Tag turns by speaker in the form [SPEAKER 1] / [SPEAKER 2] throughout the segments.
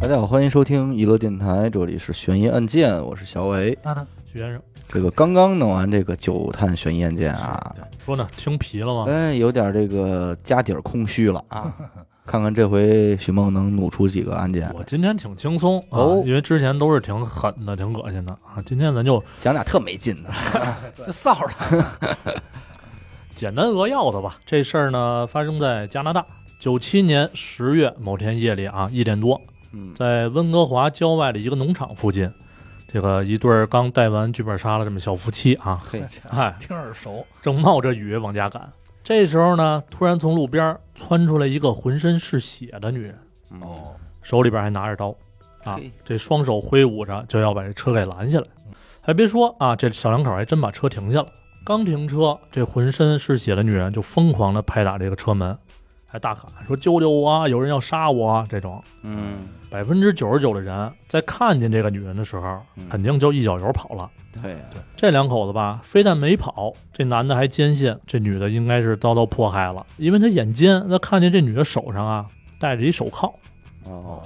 [SPEAKER 1] 大家好，欢迎收听娱乐电台，这里是悬疑案件，我是小伟。
[SPEAKER 2] 啊，许先生
[SPEAKER 1] 这个刚刚弄完这个九探悬疑案件啊，
[SPEAKER 2] 说呢，听皮了吗？
[SPEAKER 1] 哎，有点这个家底儿空虚了啊，看看这回许梦能努出几个案件，
[SPEAKER 2] 我今天挺轻松
[SPEAKER 1] 呃
[SPEAKER 2] 啊，
[SPEAKER 1] 哦
[SPEAKER 2] 因为之前都是挺狠的，挺恶心的啊。今天咱就
[SPEAKER 1] 讲俩特没劲的。
[SPEAKER 3] 这臊了，
[SPEAKER 2] 简单扼要的吧。这事儿呢，发生在加拿大九七年十月某天夜里啊，一点多，
[SPEAKER 1] 嗯，
[SPEAKER 2] 在温哥华郊外的一个农场附近，这个一对儿刚带完剧本杀的这么小夫妻 啊，
[SPEAKER 1] 嘿，
[SPEAKER 2] 哎，
[SPEAKER 3] 听着耳熟，
[SPEAKER 2] 正冒着雨往家赶。这时候呢，突然从路边儿窜出来一个浑身是血的女人，
[SPEAKER 1] 哦，
[SPEAKER 2] 手里边还拿着刀，啊
[SPEAKER 1] 嘿，
[SPEAKER 2] 这双手挥舞着就要把这车给拦下来。还别说啊，这小两口还真把车停下了。刚停车，这浑身是血的女人就疯狂的拍打这个车门，还大喊说：“救救我啊！有人要杀我！”啊！”这种
[SPEAKER 1] 嗯，
[SPEAKER 2] 百分之九十九的人在看见这个女人的时候，
[SPEAKER 1] 嗯
[SPEAKER 2] 肯定就一脚油跑了。
[SPEAKER 1] 对呀，
[SPEAKER 2] 这两口子吧，非但没跑，这男的还坚信这女的应该是遭到迫害了，因为他眼尖，他看见这女的手上啊戴着一手铐，
[SPEAKER 1] 哦，
[SPEAKER 3] 哦，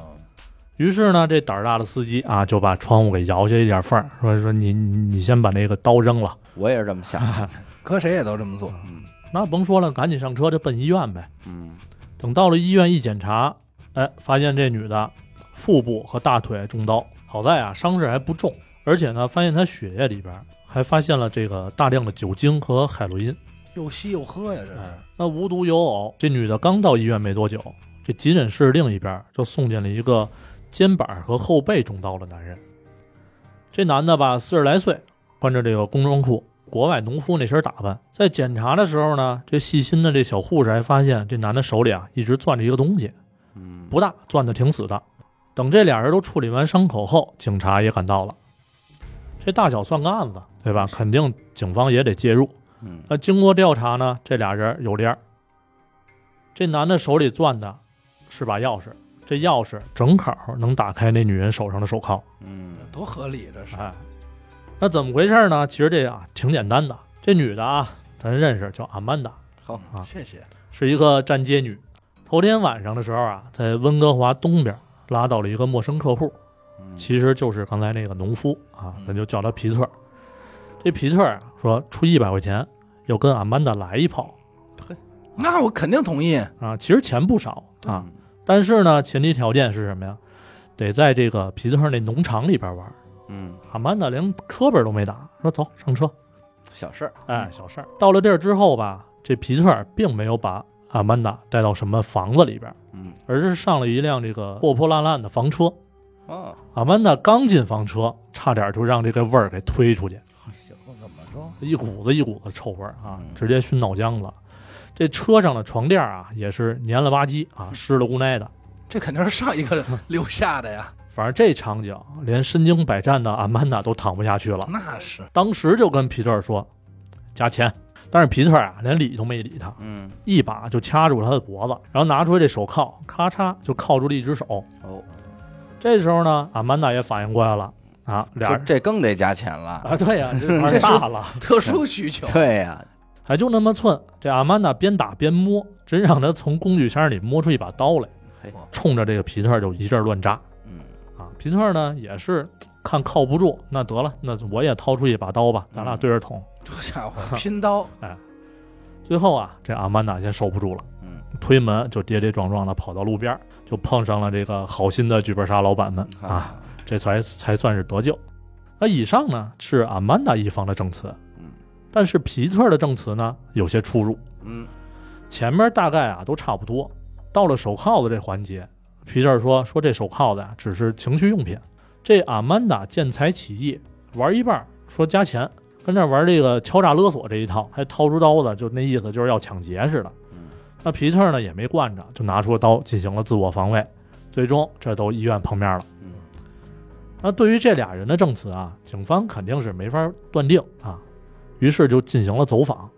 [SPEAKER 2] 于是呢，这胆儿大的司机啊，就把窗户给摇下一点缝儿，说说你你你先把那个刀扔了。
[SPEAKER 1] 我也是这么想的。
[SPEAKER 3] 搁谁也都这么做，
[SPEAKER 1] 嗯
[SPEAKER 2] 那甭说了，赶紧上车就奔医院呗。
[SPEAKER 1] 嗯，
[SPEAKER 2] 等到了医院一检查，哎，发现这女的腹部和大腿中刀，好在啊伤势还不重，而且呢，发现她血液里边还发现了这个大量的酒精和海洛因。
[SPEAKER 3] 又吸又喝呀，这
[SPEAKER 2] 哎
[SPEAKER 3] 是，
[SPEAKER 2] 那无独有偶，这女的刚到医院没多久，这急诊室另一边就送进了一个肩膀和后背中刀的男人。这男的吧，四十来岁，穿着这个工装裤，国外农夫那身打扮。在检查的时候呢，这细心的这小护士还发现这男的手里啊一直攥着一个东西，
[SPEAKER 1] 嗯，
[SPEAKER 2] 不大，攥得挺死的。等这俩人都处理完伤口后，警察也赶到了。这大小算个案子，对吧？肯定警方也得介入。
[SPEAKER 1] 嗯，
[SPEAKER 2] 那经过调查呢，这俩人有联儿。这男的手里攥的是把钥匙，这钥匙正好能打开那女人手上的手铐。
[SPEAKER 1] 嗯，
[SPEAKER 3] 多合理，这是，
[SPEAKER 2] 哎，那怎么回事呢？其实这啊挺简单的，这女的啊，咱认识，叫阿曼达，
[SPEAKER 1] 好，
[SPEAKER 2] 啊
[SPEAKER 3] 谢谢，
[SPEAKER 2] 是一个站街女。头天晚上的时候啊，在温哥华东边拉到了一个陌生客户，
[SPEAKER 1] 嗯
[SPEAKER 2] 其实就是刚才那个农夫啊
[SPEAKER 3] 嗯，
[SPEAKER 2] 咱就叫他皮特儿。这皮特儿啊说出一百块钱，要跟阿曼达来一炮
[SPEAKER 3] 那我肯定同意，
[SPEAKER 1] 嗯
[SPEAKER 2] 啊，其实钱不少啊，，但是呢，前提条件是什么呀？得在这个皮特那农场里边玩。
[SPEAKER 1] 嗯，
[SPEAKER 2] 阿曼达连磕巴都没打，说走上车。
[SPEAKER 1] 小事儿，
[SPEAKER 2] 哎，小事儿。到了地儿之后吧，这皮特并没有把阿曼达带到什么房子里边，
[SPEAKER 1] 嗯，
[SPEAKER 2] 而是上了一辆这个破破烂烂的房车。
[SPEAKER 1] 哦，
[SPEAKER 2] 阿曼达刚进房车，差点就让这个味儿给推出去，
[SPEAKER 3] 行，怎么着？
[SPEAKER 2] 一股子一股子臭味儿啊
[SPEAKER 1] 嗯，
[SPEAKER 2] 直接熏脑浆了。这车上的床垫啊，也是黏了吧唧啊，湿了无奈的。
[SPEAKER 3] 这肯定是上一个留下的呀，
[SPEAKER 2] 反正这场景，连身经百战的阿曼达都躺不下去了，
[SPEAKER 3] 那是，
[SPEAKER 2] 当时就跟皮特说：“加钱。”但是皮特啊，连理都没理他，
[SPEAKER 1] 嗯，
[SPEAKER 2] 一把就掐住了他的脖子，然后拿出这手铐，咔嚓就铐住了一只手。
[SPEAKER 1] 哦，
[SPEAKER 2] 这时候呢，阿曼达也反应过来了啊，俩
[SPEAKER 1] 这
[SPEAKER 2] 人
[SPEAKER 1] 这更得加钱了。
[SPEAKER 2] 啊，对呀、这 玩意儿大了，
[SPEAKER 3] 特殊需求，
[SPEAKER 1] 对呀，
[SPEAKER 2] 还就那么寸。这阿曼达边打边摸，真让他从工具箱里摸出一把刀来
[SPEAKER 1] 嘿，
[SPEAKER 2] 冲着这个皮特就一阵乱扎。
[SPEAKER 1] 嗯
[SPEAKER 2] 啊，皮特呢也是看靠不住，那得了，那我也掏出一把刀吧，咱俩对着捅。
[SPEAKER 3] 这家伙拼刀，
[SPEAKER 2] 最后啊，这阿曼达先受不住了，
[SPEAKER 1] 嗯，
[SPEAKER 2] 推门就跌跌撞撞的跑到路边儿，就碰上了这个好心的剧本杀老板们啊，
[SPEAKER 1] 好，
[SPEAKER 2] 这才才算是得救。那以上呢是阿曼达一方的证词，
[SPEAKER 1] 嗯
[SPEAKER 2] 但是皮特的证词呢有些出入，
[SPEAKER 1] 嗯，
[SPEAKER 2] 前面大概啊都差不多。到了手铐子这环节，皮特说说这手铐子啊只是情趣用品。这阿曼达见财起意，玩一半儿说加钱，跟那玩这个敲诈勒索这一套，还掏出刀子，就那意思就是要抢劫似的。
[SPEAKER 1] 嗯
[SPEAKER 2] 那皮特呢也没惯着，就拿出刀进行了自我防卫，最终这都医院碰面了。
[SPEAKER 1] 嗯
[SPEAKER 2] 那对于这俩人的证词啊，警方肯定是没法断定啊，于是就进行了走访。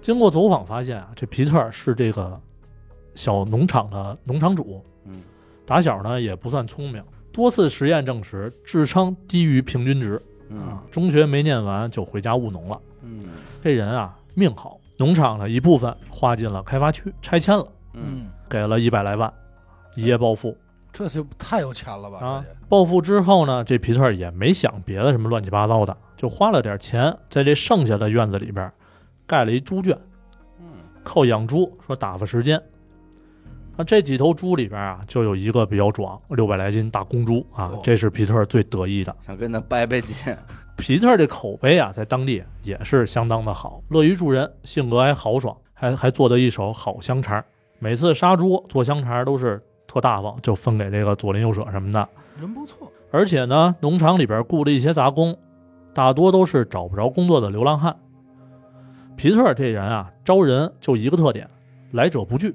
[SPEAKER 2] 经过走访发现啊，这皮特是这个小农场的农场主，
[SPEAKER 1] 嗯，
[SPEAKER 2] 打小呢也不算聪明，多次实验证实智商低于平均值，啊
[SPEAKER 1] 嗯
[SPEAKER 2] 中学没念完就回家务农了。
[SPEAKER 1] 嗯
[SPEAKER 2] 这人啊命好，农场的一部分划进了开发区，拆迁了，
[SPEAKER 1] 嗯，
[SPEAKER 2] 给了一百来万，一夜暴富。
[SPEAKER 3] 这就太有钱了吧？
[SPEAKER 2] 啊
[SPEAKER 3] 这也，
[SPEAKER 2] 暴富之后呢，这皮特也没想别的什么乱七八糟的，就花了点钱在这剩下的院子里边盖了一猪圈，
[SPEAKER 1] 嗯
[SPEAKER 2] 靠养猪，说打发时间。那这几头猪里边啊，就有一个比较壮，六百来斤大公猪啊
[SPEAKER 3] 哦，
[SPEAKER 2] 这是皮特最得意的。
[SPEAKER 1] 想跟他掰掰劲，
[SPEAKER 2] 皮特这口碑啊，在当地也是相当的好，乐于助人，性格还豪爽，还还做得一手好香肠儿。每次杀猪做香肠儿都是特大方，就分给这个左邻右舍什么的。
[SPEAKER 3] 人不错，
[SPEAKER 2] 而且呢，农场里边雇了一些杂工，大多都是找不着工作的流浪汉。皮特这人啊，招人就一个特点，来者不拒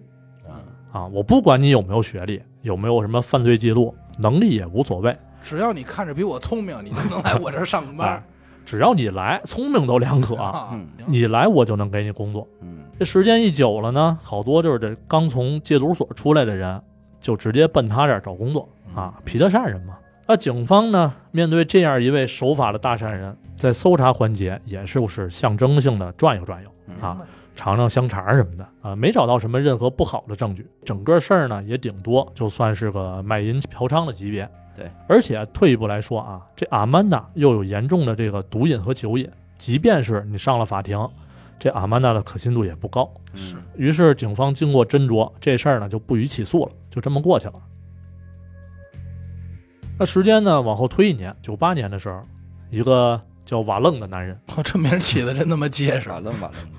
[SPEAKER 1] 嗯
[SPEAKER 2] 啊！我不管你有没有学历，有没有什么犯罪记录，能力也无所谓，
[SPEAKER 3] 只要你看着比我聪明，你就能来我这儿上班
[SPEAKER 2] 哎， 只要你来，聪明都 两可。
[SPEAKER 3] 啊
[SPEAKER 1] 嗯
[SPEAKER 3] 行
[SPEAKER 2] 你来我就能给你工作。
[SPEAKER 1] 嗯
[SPEAKER 2] 这时间一久了呢，好多就是这刚从戒毒所出来的人，就直接奔他这儿找工作啊，皮特善人嘛。那警方呢，面对这样一位守法的大善人，在搜查环节也就是象征性的转悠转悠，
[SPEAKER 1] 嗯
[SPEAKER 2] 啊，尝尝香肠什么的啊，没找到什么任何不好的证据。整个事儿呢，也顶多就算是个卖淫嫖娼的级别。
[SPEAKER 1] 对，
[SPEAKER 2] 而且退一步来说啊，这阿曼达又有严重的这个毒瘾和酒瘾，即便是你上了法庭，这阿曼达的可信度也不高。
[SPEAKER 3] 是
[SPEAKER 1] 嗯
[SPEAKER 2] 于是警方经过斟酌，这事儿呢就不予起诉了，就这么过去了。那时间呢往后推一年，九八年的时候，一个叫瓦楞的男人
[SPEAKER 3] 我这名儿起的真他妈结实
[SPEAKER 1] 咋，愣吧愣的，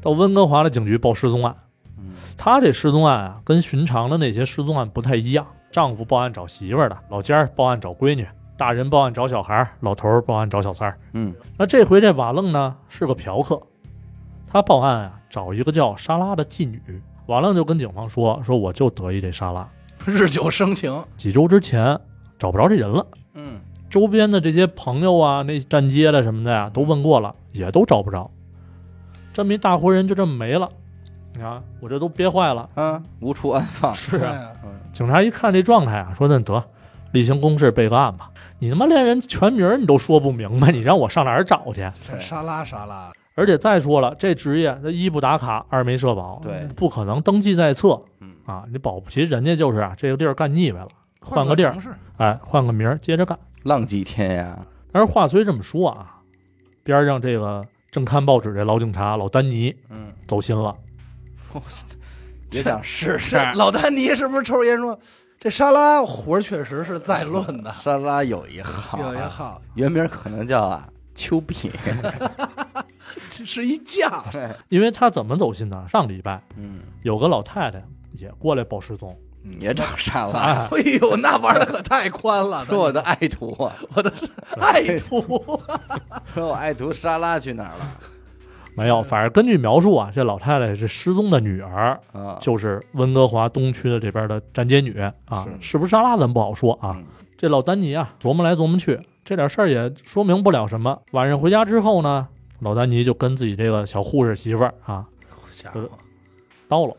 [SPEAKER 2] 到温哥华的警局报失踪案。
[SPEAKER 1] 嗯
[SPEAKER 2] 他这失踪案啊，跟寻常的那些失踪案不太一样，丈夫报案找媳妇儿的，老尖儿报案找闺女，大人报案找小孩儿，老头儿报案找小三儿。
[SPEAKER 1] 嗯
[SPEAKER 2] 那这回这瓦楞呢是个嫖客，他报案啊找一个叫莎拉的妓女，瓦楞就跟警方说说我就得意这莎拉，
[SPEAKER 3] 日久生情，
[SPEAKER 2] 几周之前找不着这人了，
[SPEAKER 1] 嗯
[SPEAKER 2] 周边的这些朋友啊，那站街的什么的呀、都问过了，也都找不着，这么一大活人就这么没了，你看我这都憋坏了，
[SPEAKER 1] 啊，无处安放，
[SPEAKER 2] 是啊。
[SPEAKER 3] 啊，
[SPEAKER 2] 警察一看这状态啊，说那得例行公事备个案吧。你他妈连人全名儿你都说不明白，你让我上哪儿找去？
[SPEAKER 3] 这沙拉沙拉，
[SPEAKER 2] 而且再说了，这职业那一不打卡，二没社保，
[SPEAKER 1] 对
[SPEAKER 2] 不可能登记在册
[SPEAKER 1] 嗯
[SPEAKER 2] 啊！你保不齐人家就是啊，这个地儿干腻歪了，换个地儿
[SPEAKER 3] 城，市，
[SPEAKER 2] 哎，换个名儿接着干。
[SPEAKER 1] 浪迹天涯，
[SPEAKER 2] 但是话虽这么说啊，边儿上这个正看报纸这老警察老丹尼
[SPEAKER 1] 嗯，
[SPEAKER 2] 走心了，
[SPEAKER 1] 也想试试。？
[SPEAKER 3] 这老丹尼是不是抽着烟说这沙拉活儿确实是在论的
[SPEAKER 1] 莎拉有一号，
[SPEAKER 3] 有一号
[SPEAKER 1] 原名可能叫啊丘比，
[SPEAKER 3] 这是一 将，
[SPEAKER 2] 因为他怎么走心呢？上礼拜
[SPEAKER 1] 嗯，
[SPEAKER 2] 有个老太太也过来报失踪，
[SPEAKER 1] 也找莎
[SPEAKER 2] 哎
[SPEAKER 1] 拉，
[SPEAKER 3] 哎呦，那玩的可太宽 了，
[SPEAKER 1] 说我的爱徒啊，
[SPEAKER 3] 爱徒，
[SPEAKER 1] 说我爱徒莎拉去哪儿了
[SPEAKER 2] 没
[SPEAKER 1] 嗯
[SPEAKER 2] 有，反正根据描述啊，这老太太是失踪的女儿，
[SPEAKER 1] 啊？
[SPEAKER 2] 就是温哥华东区的这边的站街女啊，
[SPEAKER 1] 是
[SPEAKER 2] 是不是莎拉咱不好说啊。
[SPEAKER 1] 嗯
[SPEAKER 2] 这老丹尼啊，琢磨来琢磨去，这点事儿也说明不了什么。晚上回家之后呢，老丹尼就跟自己这个小护士媳妇儿啊
[SPEAKER 3] 家伙，
[SPEAKER 2] 叨了，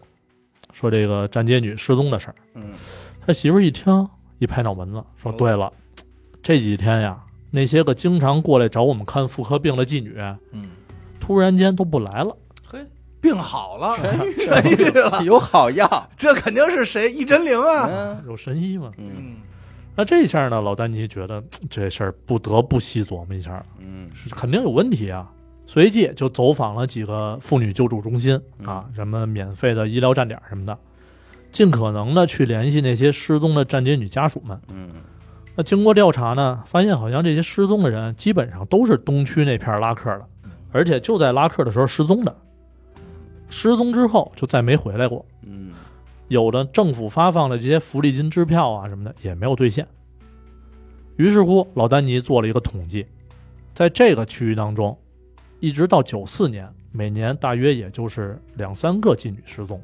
[SPEAKER 2] 说这个站街女失踪的事儿。
[SPEAKER 1] 嗯
[SPEAKER 2] 他媳妇儿一听，一拍脑门子，说：“
[SPEAKER 1] 哦
[SPEAKER 2] 对了，这几天呀，那些个经常过来找我们看妇科病的妓女，
[SPEAKER 3] 嗯，
[SPEAKER 2] 突然间都不来了。”
[SPEAKER 3] 嘿，病好了，
[SPEAKER 1] 痊愈了
[SPEAKER 3] 痊愈 了，
[SPEAKER 1] 有好药，
[SPEAKER 3] 这肯定是谁？易真灵啊，
[SPEAKER 1] 嗯
[SPEAKER 2] 有神医吗？
[SPEAKER 1] 嗯
[SPEAKER 3] 嗯，
[SPEAKER 2] 那这一下呢，老丹尼觉得这事儿不得不细琢磨一下，
[SPEAKER 1] 嗯
[SPEAKER 2] 肯定有问题啊。随即就走访了几个妇女救助中心啊，什么免费的医疗站点什么的，尽可能的去联系那些失踪的站街女家属们。
[SPEAKER 1] 嗯
[SPEAKER 2] 那经过调查呢，发现好像这些失踪的人基本上都是东区那片拉客的，而且就在拉客的时候失踪的，失踪之后就再没回来过。
[SPEAKER 1] 嗯
[SPEAKER 2] 有的政府发放的这些福利金支票啊什么的也没有兑现。于是乎，老丹尼做了一个统计，在这个区域当中，一直到九四年，每年大约也就是两三个妓女失踪。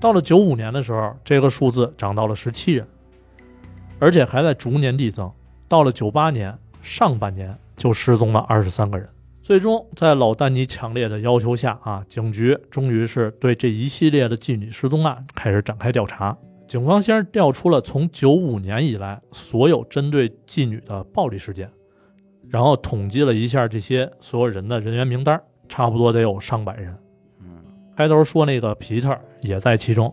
[SPEAKER 2] 到了九五年的时候，这个数字涨到了十七人，而且还在逐年递增。到了九八年上半年，就失踪了二十三个人。最终，在老丹尼强烈的要求下啊，警局终于是对这一系列的妓女失踪案开始展开调查。警方先是调出了从九五年以来所有针对妓女的暴力事件，然后统计了一下这些所有人的人员名单，差不多得有上百人。
[SPEAKER 1] 嗯
[SPEAKER 2] 开头说那个皮特也在其中，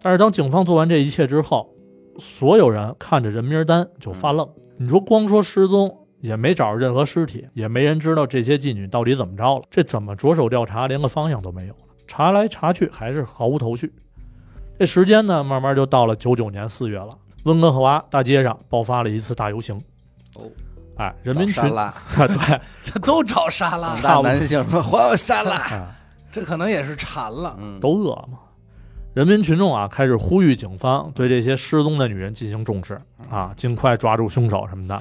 [SPEAKER 2] 但是当警方做完这一切之后，所有人看着人名单就发愣。你说光说失踪也没找着任何尸体，也没人知道这些妓女到底怎么着了，这怎么着手调查，连个方向都没有了。查来查去还是毫无头绪。这时间呢，慢慢就到了九九年四月了，温哥华大街上爆发了一次大游行。
[SPEAKER 1] 哦，
[SPEAKER 2] 哎，人民群
[SPEAKER 1] 找沙拉，
[SPEAKER 2] 啊， 对，
[SPEAKER 3] 这都找沙拉
[SPEAKER 1] 广，
[SPEAKER 2] 差
[SPEAKER 1] 大
[SPEAKER 2] 不多
[SPEAKER 1] 男性说还我沙 拉，
[SPEAKER 2] 哎
[SPEAKER 3] 这可能也是馋了。
[SPEAKER 1] 嗯，
[SPEAKER 2] 都饿嘛。人民群众啊，开始呼吁警方对这些失踪的女人进行重视啊，尽快抓住凶手什么的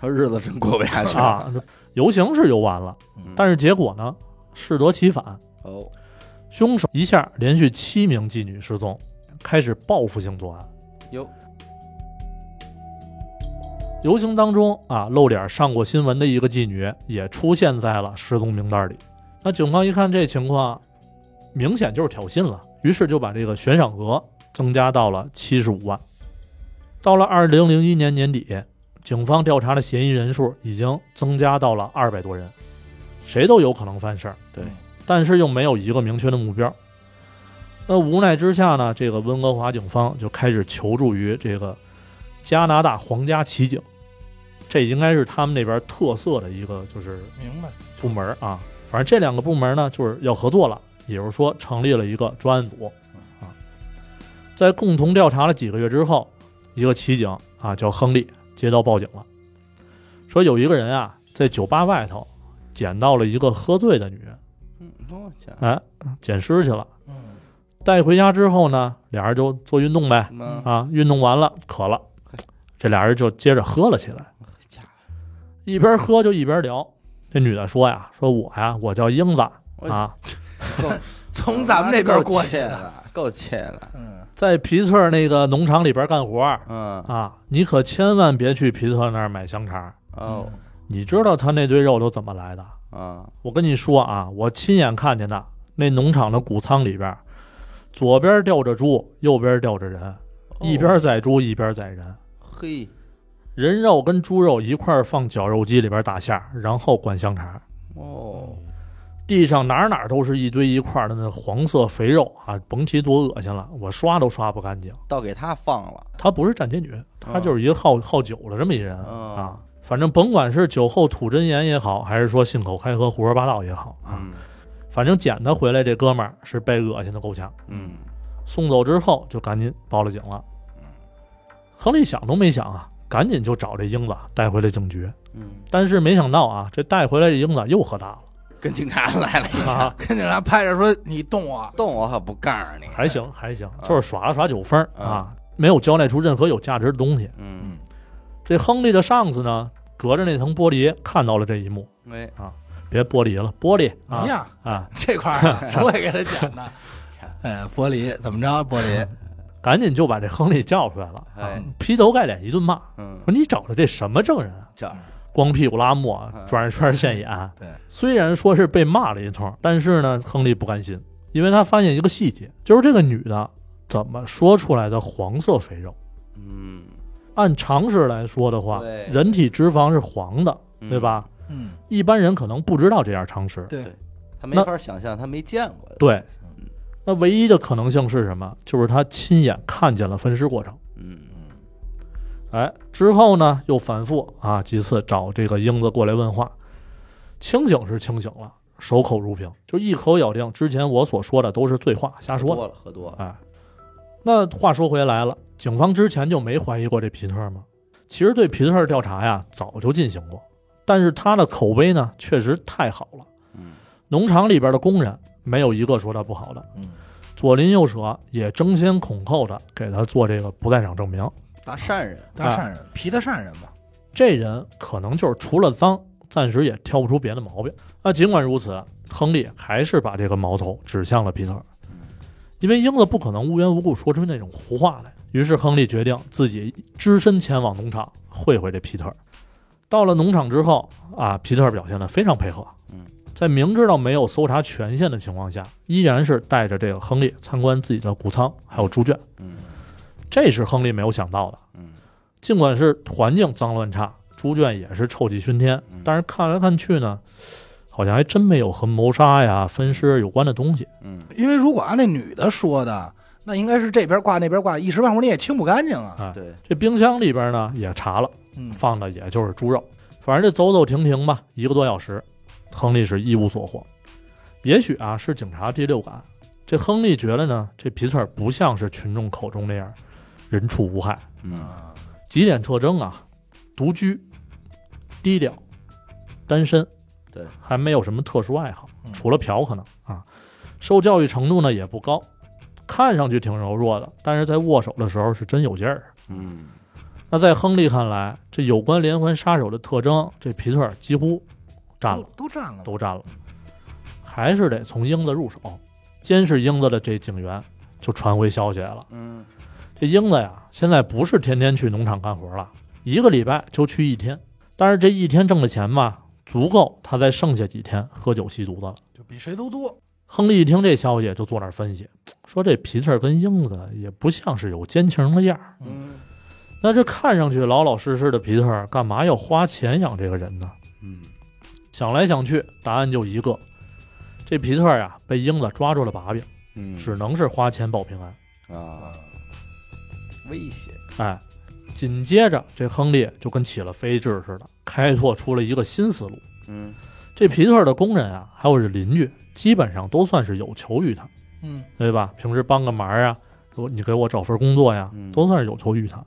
[SPEAKER 1] 说日子真过不下去了，
[SPEAKER 2] 啊。游行是游完了，但
[SPEAKER 1] 是
[SPEAKER 2] 是结果呢，适得其反，
[SPEAKER 1] 哦，
[SPEAKER 2] 凶手一下连续七名妓女失踪，开始报复性作案。
[SPEAKER 1] 哟，
[SPEAKER 2] 游行当中啊，露脸上过新闻的一个妓女也出现在了失踪名单里。那警方一看这情况，明显就是挑衅了，于是就把这个悬赏额增加到了七十五万。到了二零零一年年底，警方调查的嫌疑人数已经增加到了二百多人，谁都有可能犯事儿，
[SPEAKER 1] 对，
[SPEAKER 2] 但是又没有一个明确的目标。那无奈之下呢，这个温哥华警方就开始求助于这个加拿大皇家骑警，这应该是他们那边特色的一个就是
[SPEAKER 3] 明白，
[SPEAKER 2] 部门儿啊，反正这两个部门呢就是要合作了，也就是说成立了一个专案组啊，在共同调查了几个月之后，一个骑警啊叫亨利接到报警了，说有一个人啊在酒吧外头捡到了一个喝醉的女人，
[SPEAKER 1] 嗯，我讲
[SPEAKER 2] 哎，捡尸去了，
[SPEAKER 3] 嗯，
[SPEAKER 2] 带回家之后呢，俩人就做运动呗
[SPEAKER 1] 什么
[SPEAKER 2] 啊，运动完了渴了
[SPEAKER 1] 嘿，哎
[SPEAKER 2] 这俩人就接着喝了起来。
[SPEAKER 1] 家伙，
[SPEAKER 2] 一边喝就一边聊。这女的说呀：“说我呀，我叫英子
[SPEAKER 1] 我
[SPEAKER 2] 啊，
[SPEAKER 3] 从咱们这边过
[SPEAKER 1] 够
[SPEAKER 3] 去
[SPEAKER 1] 切
[SPEAKER 3] 的。
[SPEAKER 1] 了，够切了，
[SPEAKER 3] 嗯，
[SPEAKER 2] 在皮特那个农场里边干活儿
[SPEAKER 1] 嗯，
[SPEAKER 2] 啊，你可千万别去皮特那儿买香肠。
[SPEAKER 1] 哦，
[SPEAKER 2] 你知道他那堆肉都怎么来的？
[SPEAKER 1] 啊，
[SPEAKER 2] 我跟你说啊，我亲眼看见的。那农场的谷仓里边，左边吊着猪，右边吊着人，一边宰猪一边宰人，
[SPEAKER 1] 哦嘿，
[SPEAKER 2] 人肉跟猪肉一块儿放绞肉机里边打馅儿，然后灌香肠。”
[SPEAKER 1] 哦，
[SPEAKER 2] 地上哪儿哪儿都是一堆一块儿的那黄色肥肉啊，甭提多恶心了，我刷都刷不干净。
[SPEAKER 1] 倒给他放了，
[SPEAKER 2] 她不是站街女，她就是一个好好酒的这么一人
[SPEAKER 1] 哦
[SPEAKER 2] 啊。反正甭管是酒后吐真言也好，还是说信口开河胡说八道也好啊，
[SPEAKER 1] 嗯
[SPEAKER 2] 反正捡他回来这哥们儿是被恶心的够呛。
[SPEAKER 1] 嗯，
[SPEAKER 2] 送走之后就赶紧报了警了。亨利想都没想啊，赶紧就找这英子带回了警局。
[SPEAKER 1] 嗯，
[SPEAKER 2] 但是没想到啊，这带回来这英子又喝大了。
[SPEAKER 1] 跟警察来了一下，
[SPEAKER 2] 啊
[SPEAKER 3] 跟警察嗯拍着说你动我，
[SPEAKER 1] 动我可不告诉你，
[SPEAKER 2] 还行还行，就是耍了耍酒疯儿
[SPEAKER 1] 啊
[SPEAKER 2] 啊，没有交代出任何有价值的东西。
[SPEAKER 1] 嗯，
[SPEAKER 2] 这亨利的上司呢，隔着那层玻璃看到了这一幕，
[SPEAKER 1] 喂，
[SPEAKER 2] 别玻璃了，玻璃
[SPEAKER 3] 一
[SPEAKER 2] 啊
[SPEAKER 3] 样
[SPEAKER 2] 啊，
[SPEAKER 3] 这块儿啊我也给他 讲的。哎，玻璃怎么着？玻璃，嗯
[SPEAKER 2] 赶紧就把这亨利叫出来了，啊
[SPEAKER 1] 哎，
[SPEAKER 2] 劈头盖脸一顿骂，
[SPEAKER 1] 嗯，
[SPEAKER 2] 说你找的这什么证人啊？
[SPEAKER 1] 这儿
[SPEAKER 2] 光屁股拉磨
[SPEAKER 1] 嗯，
[SPEAKER 2] 转着圈儿现眼。
[SPEAKER 3] 对，
[SPEAKER 2] 虽然说是被骂了一通，但是呢，亨利不甘心，因为他发现一个细节，就是这个女的怎么说出来的黄色肥肉。
[SPEAKER 1] 嗯，
[SPEAKER 2] 按常识来说的话
[SPEAKER 1] 对，
[SPEAKER 2] 人体脂肪是黄的，
[SPEAKER 1] 嗯
[SPEAKER 2] 对吧？？
[SPEAKER 3] 嗯，
[SPEAKER 2] 一般人可能不知道这样常识。
[SPEAKER 3] 对
[SPEAKER 1] 对，他没
[SPEAKER 2] 那
[SPEAKER 1] 法想象，他没见过的，
[SPEAKER 2] 对，那唯一的可能性是什么？就是他亲眼看见了分尸过程。
[SPEAKER 1] 嗯
[SPEAKER 2] 哎，之后呢，又反复啊几次找这个英子过来问话。清醒是清醒了，守口如瓶，就一口咬定之前我所说的都是醉话，瞎
[SPEAKER 1] 喝
[SPEAKER 2] 说
[SPEAKER 1] 多
[SPEAKER 2] 的。
[SPEAKER 1] 了，喝多了，
[SPEAKER 2] 哎，那话说回来了，警方之前就没怀疑过这皮特吗？其实对皮特的调查呀，早就进行过，但是他的口碑呢，确实太好了。
[SPEAKER 1] 嗯，
[SPEAKER 2] 农场里边的工人没有一个说他不好的，
[SPEAKER 3] 嗯，
[SPEAKER 2] 左邻右舍也争先恐后的给他做这个不在场证明。
[SPEAKER 1] 大善人，
[SPEAKER 3] 当善人，皮的善人嘛。
[SPEAKER 2] 这人可能就是除了脏，暂时也挑不出别的毛病。那尽管如此，亨利还是把这个矛头指向了皮特，因为英子不可能无缘无故说出那种胡话来。于是亨利决定自己只身前往农场会会这皮特。到了农场之后啊，皮特表现得非常配合
[SPEAKER 1] 嗯。
[SPEAKER 2] 在明知道没有搜查权限的情况下，依然是带着这个亨利参观自己的谷仓，还有猪圈。
[SPEAKER 1] 嗯
[SPEAKER 2] 这是亨利没有想到的。
[SPEAKER 1] 嗯
[SPEAKER 2] 尽管是环境脏乱差，猪圈也是臭气熏天
[SPEAKER 1] 嗯，
[SPEAKER 2] 但是看来看去呢，好像还真没有和谋杀呀、分尸有关的东西。
[SPEAKER 1] 嗯
[SPEAKER 3] 因为如果按那女的说的，那应该是这边挂那边挂，一时半会儿你也清不干净啊。
[SPEAKER 1] 对，
[SPEAKER 2] 这冰箱里边呢也查了，
[SPEAKER 3] 嗯，
[SPEAKER 2] 放的也就是猪肉，反正这走走停停吧，一个多小时，亨利是一无所获。也许啊是警察第六感，这亨利觉得呢，这皮特儿不像是群众口中那样人畜无害。
[SPEAKER 1] 嗯，
[SPEAKER 3] 啊
[SPEAKER 2] 几点特征啊：独居、低调、单身，
[SPEAKER 1] 对，
[SPEAKER 2] 还没有什么特殊爱好，
[SPEAKER 3] 嗯
[SPEAKER 2] 除了嫖可能啊。受教育程度呢也不高，看上去挺柔弱的，但是在握手的时候是真有劲儿。
[SPEAKER 1] 嗯，
[SPEAKER 2] 那在亨利看来，这有关连环杀手的特征，这皮特尔几乎占
[SPEAKER 3] 都
[SPEAKER 2] 了，
[SPEAKER 3] 都占了，
[SPEAKER 2] 都占了，还是得从英子入手。监视英子的这警员就传回消息来了。
[SPEAKER 1] 嗯，
[SPEAKER 2] 这英子呀，现在不是天天去农场干活了，一个礼拜就去一天，但是这一天挣的钱嘛，足够他在剩下几天喝酒吸毒的了。
[SPEAKER 3] 就比谁都多。
[SPEAKER 2] 亨利一听这消息，就坐那儿分析，说这皮特跟英子也不像是有奸情的样儿。
[SPEAKER 1] 嗯，
[SPEAKER 2] 那这看上去老老实实的皮特，干嘛要花钱养这个人呢？
[SPEAKER 1] 嗯，
[SPEAKER 2] 想来想去，答案就一个：这皮特呀，被英子抓住了把柄，
[SPEAKER 1] 嗯，
[SPEAKER 2] 只能是花钱保平安。
[SPEAKER 1] 啊，威胁，
[SPEAKER 2] 哎，紧接着这亨利就跟起了飞智似的，开拓出了一个新思路。
[SPEAKER 1] 嗯，
[SPEAKER 2] 这皮特的工人啊，还有这邻居，基本上都算是有求于他，
[SPEAKER 3] 嗯，
[SPEAKER 2] 对吧？平时帮个忙啊，说你给我找份工作呀
[SPEAKER 1] 嗯，
[SPEAKER 2] 都算是有求于他，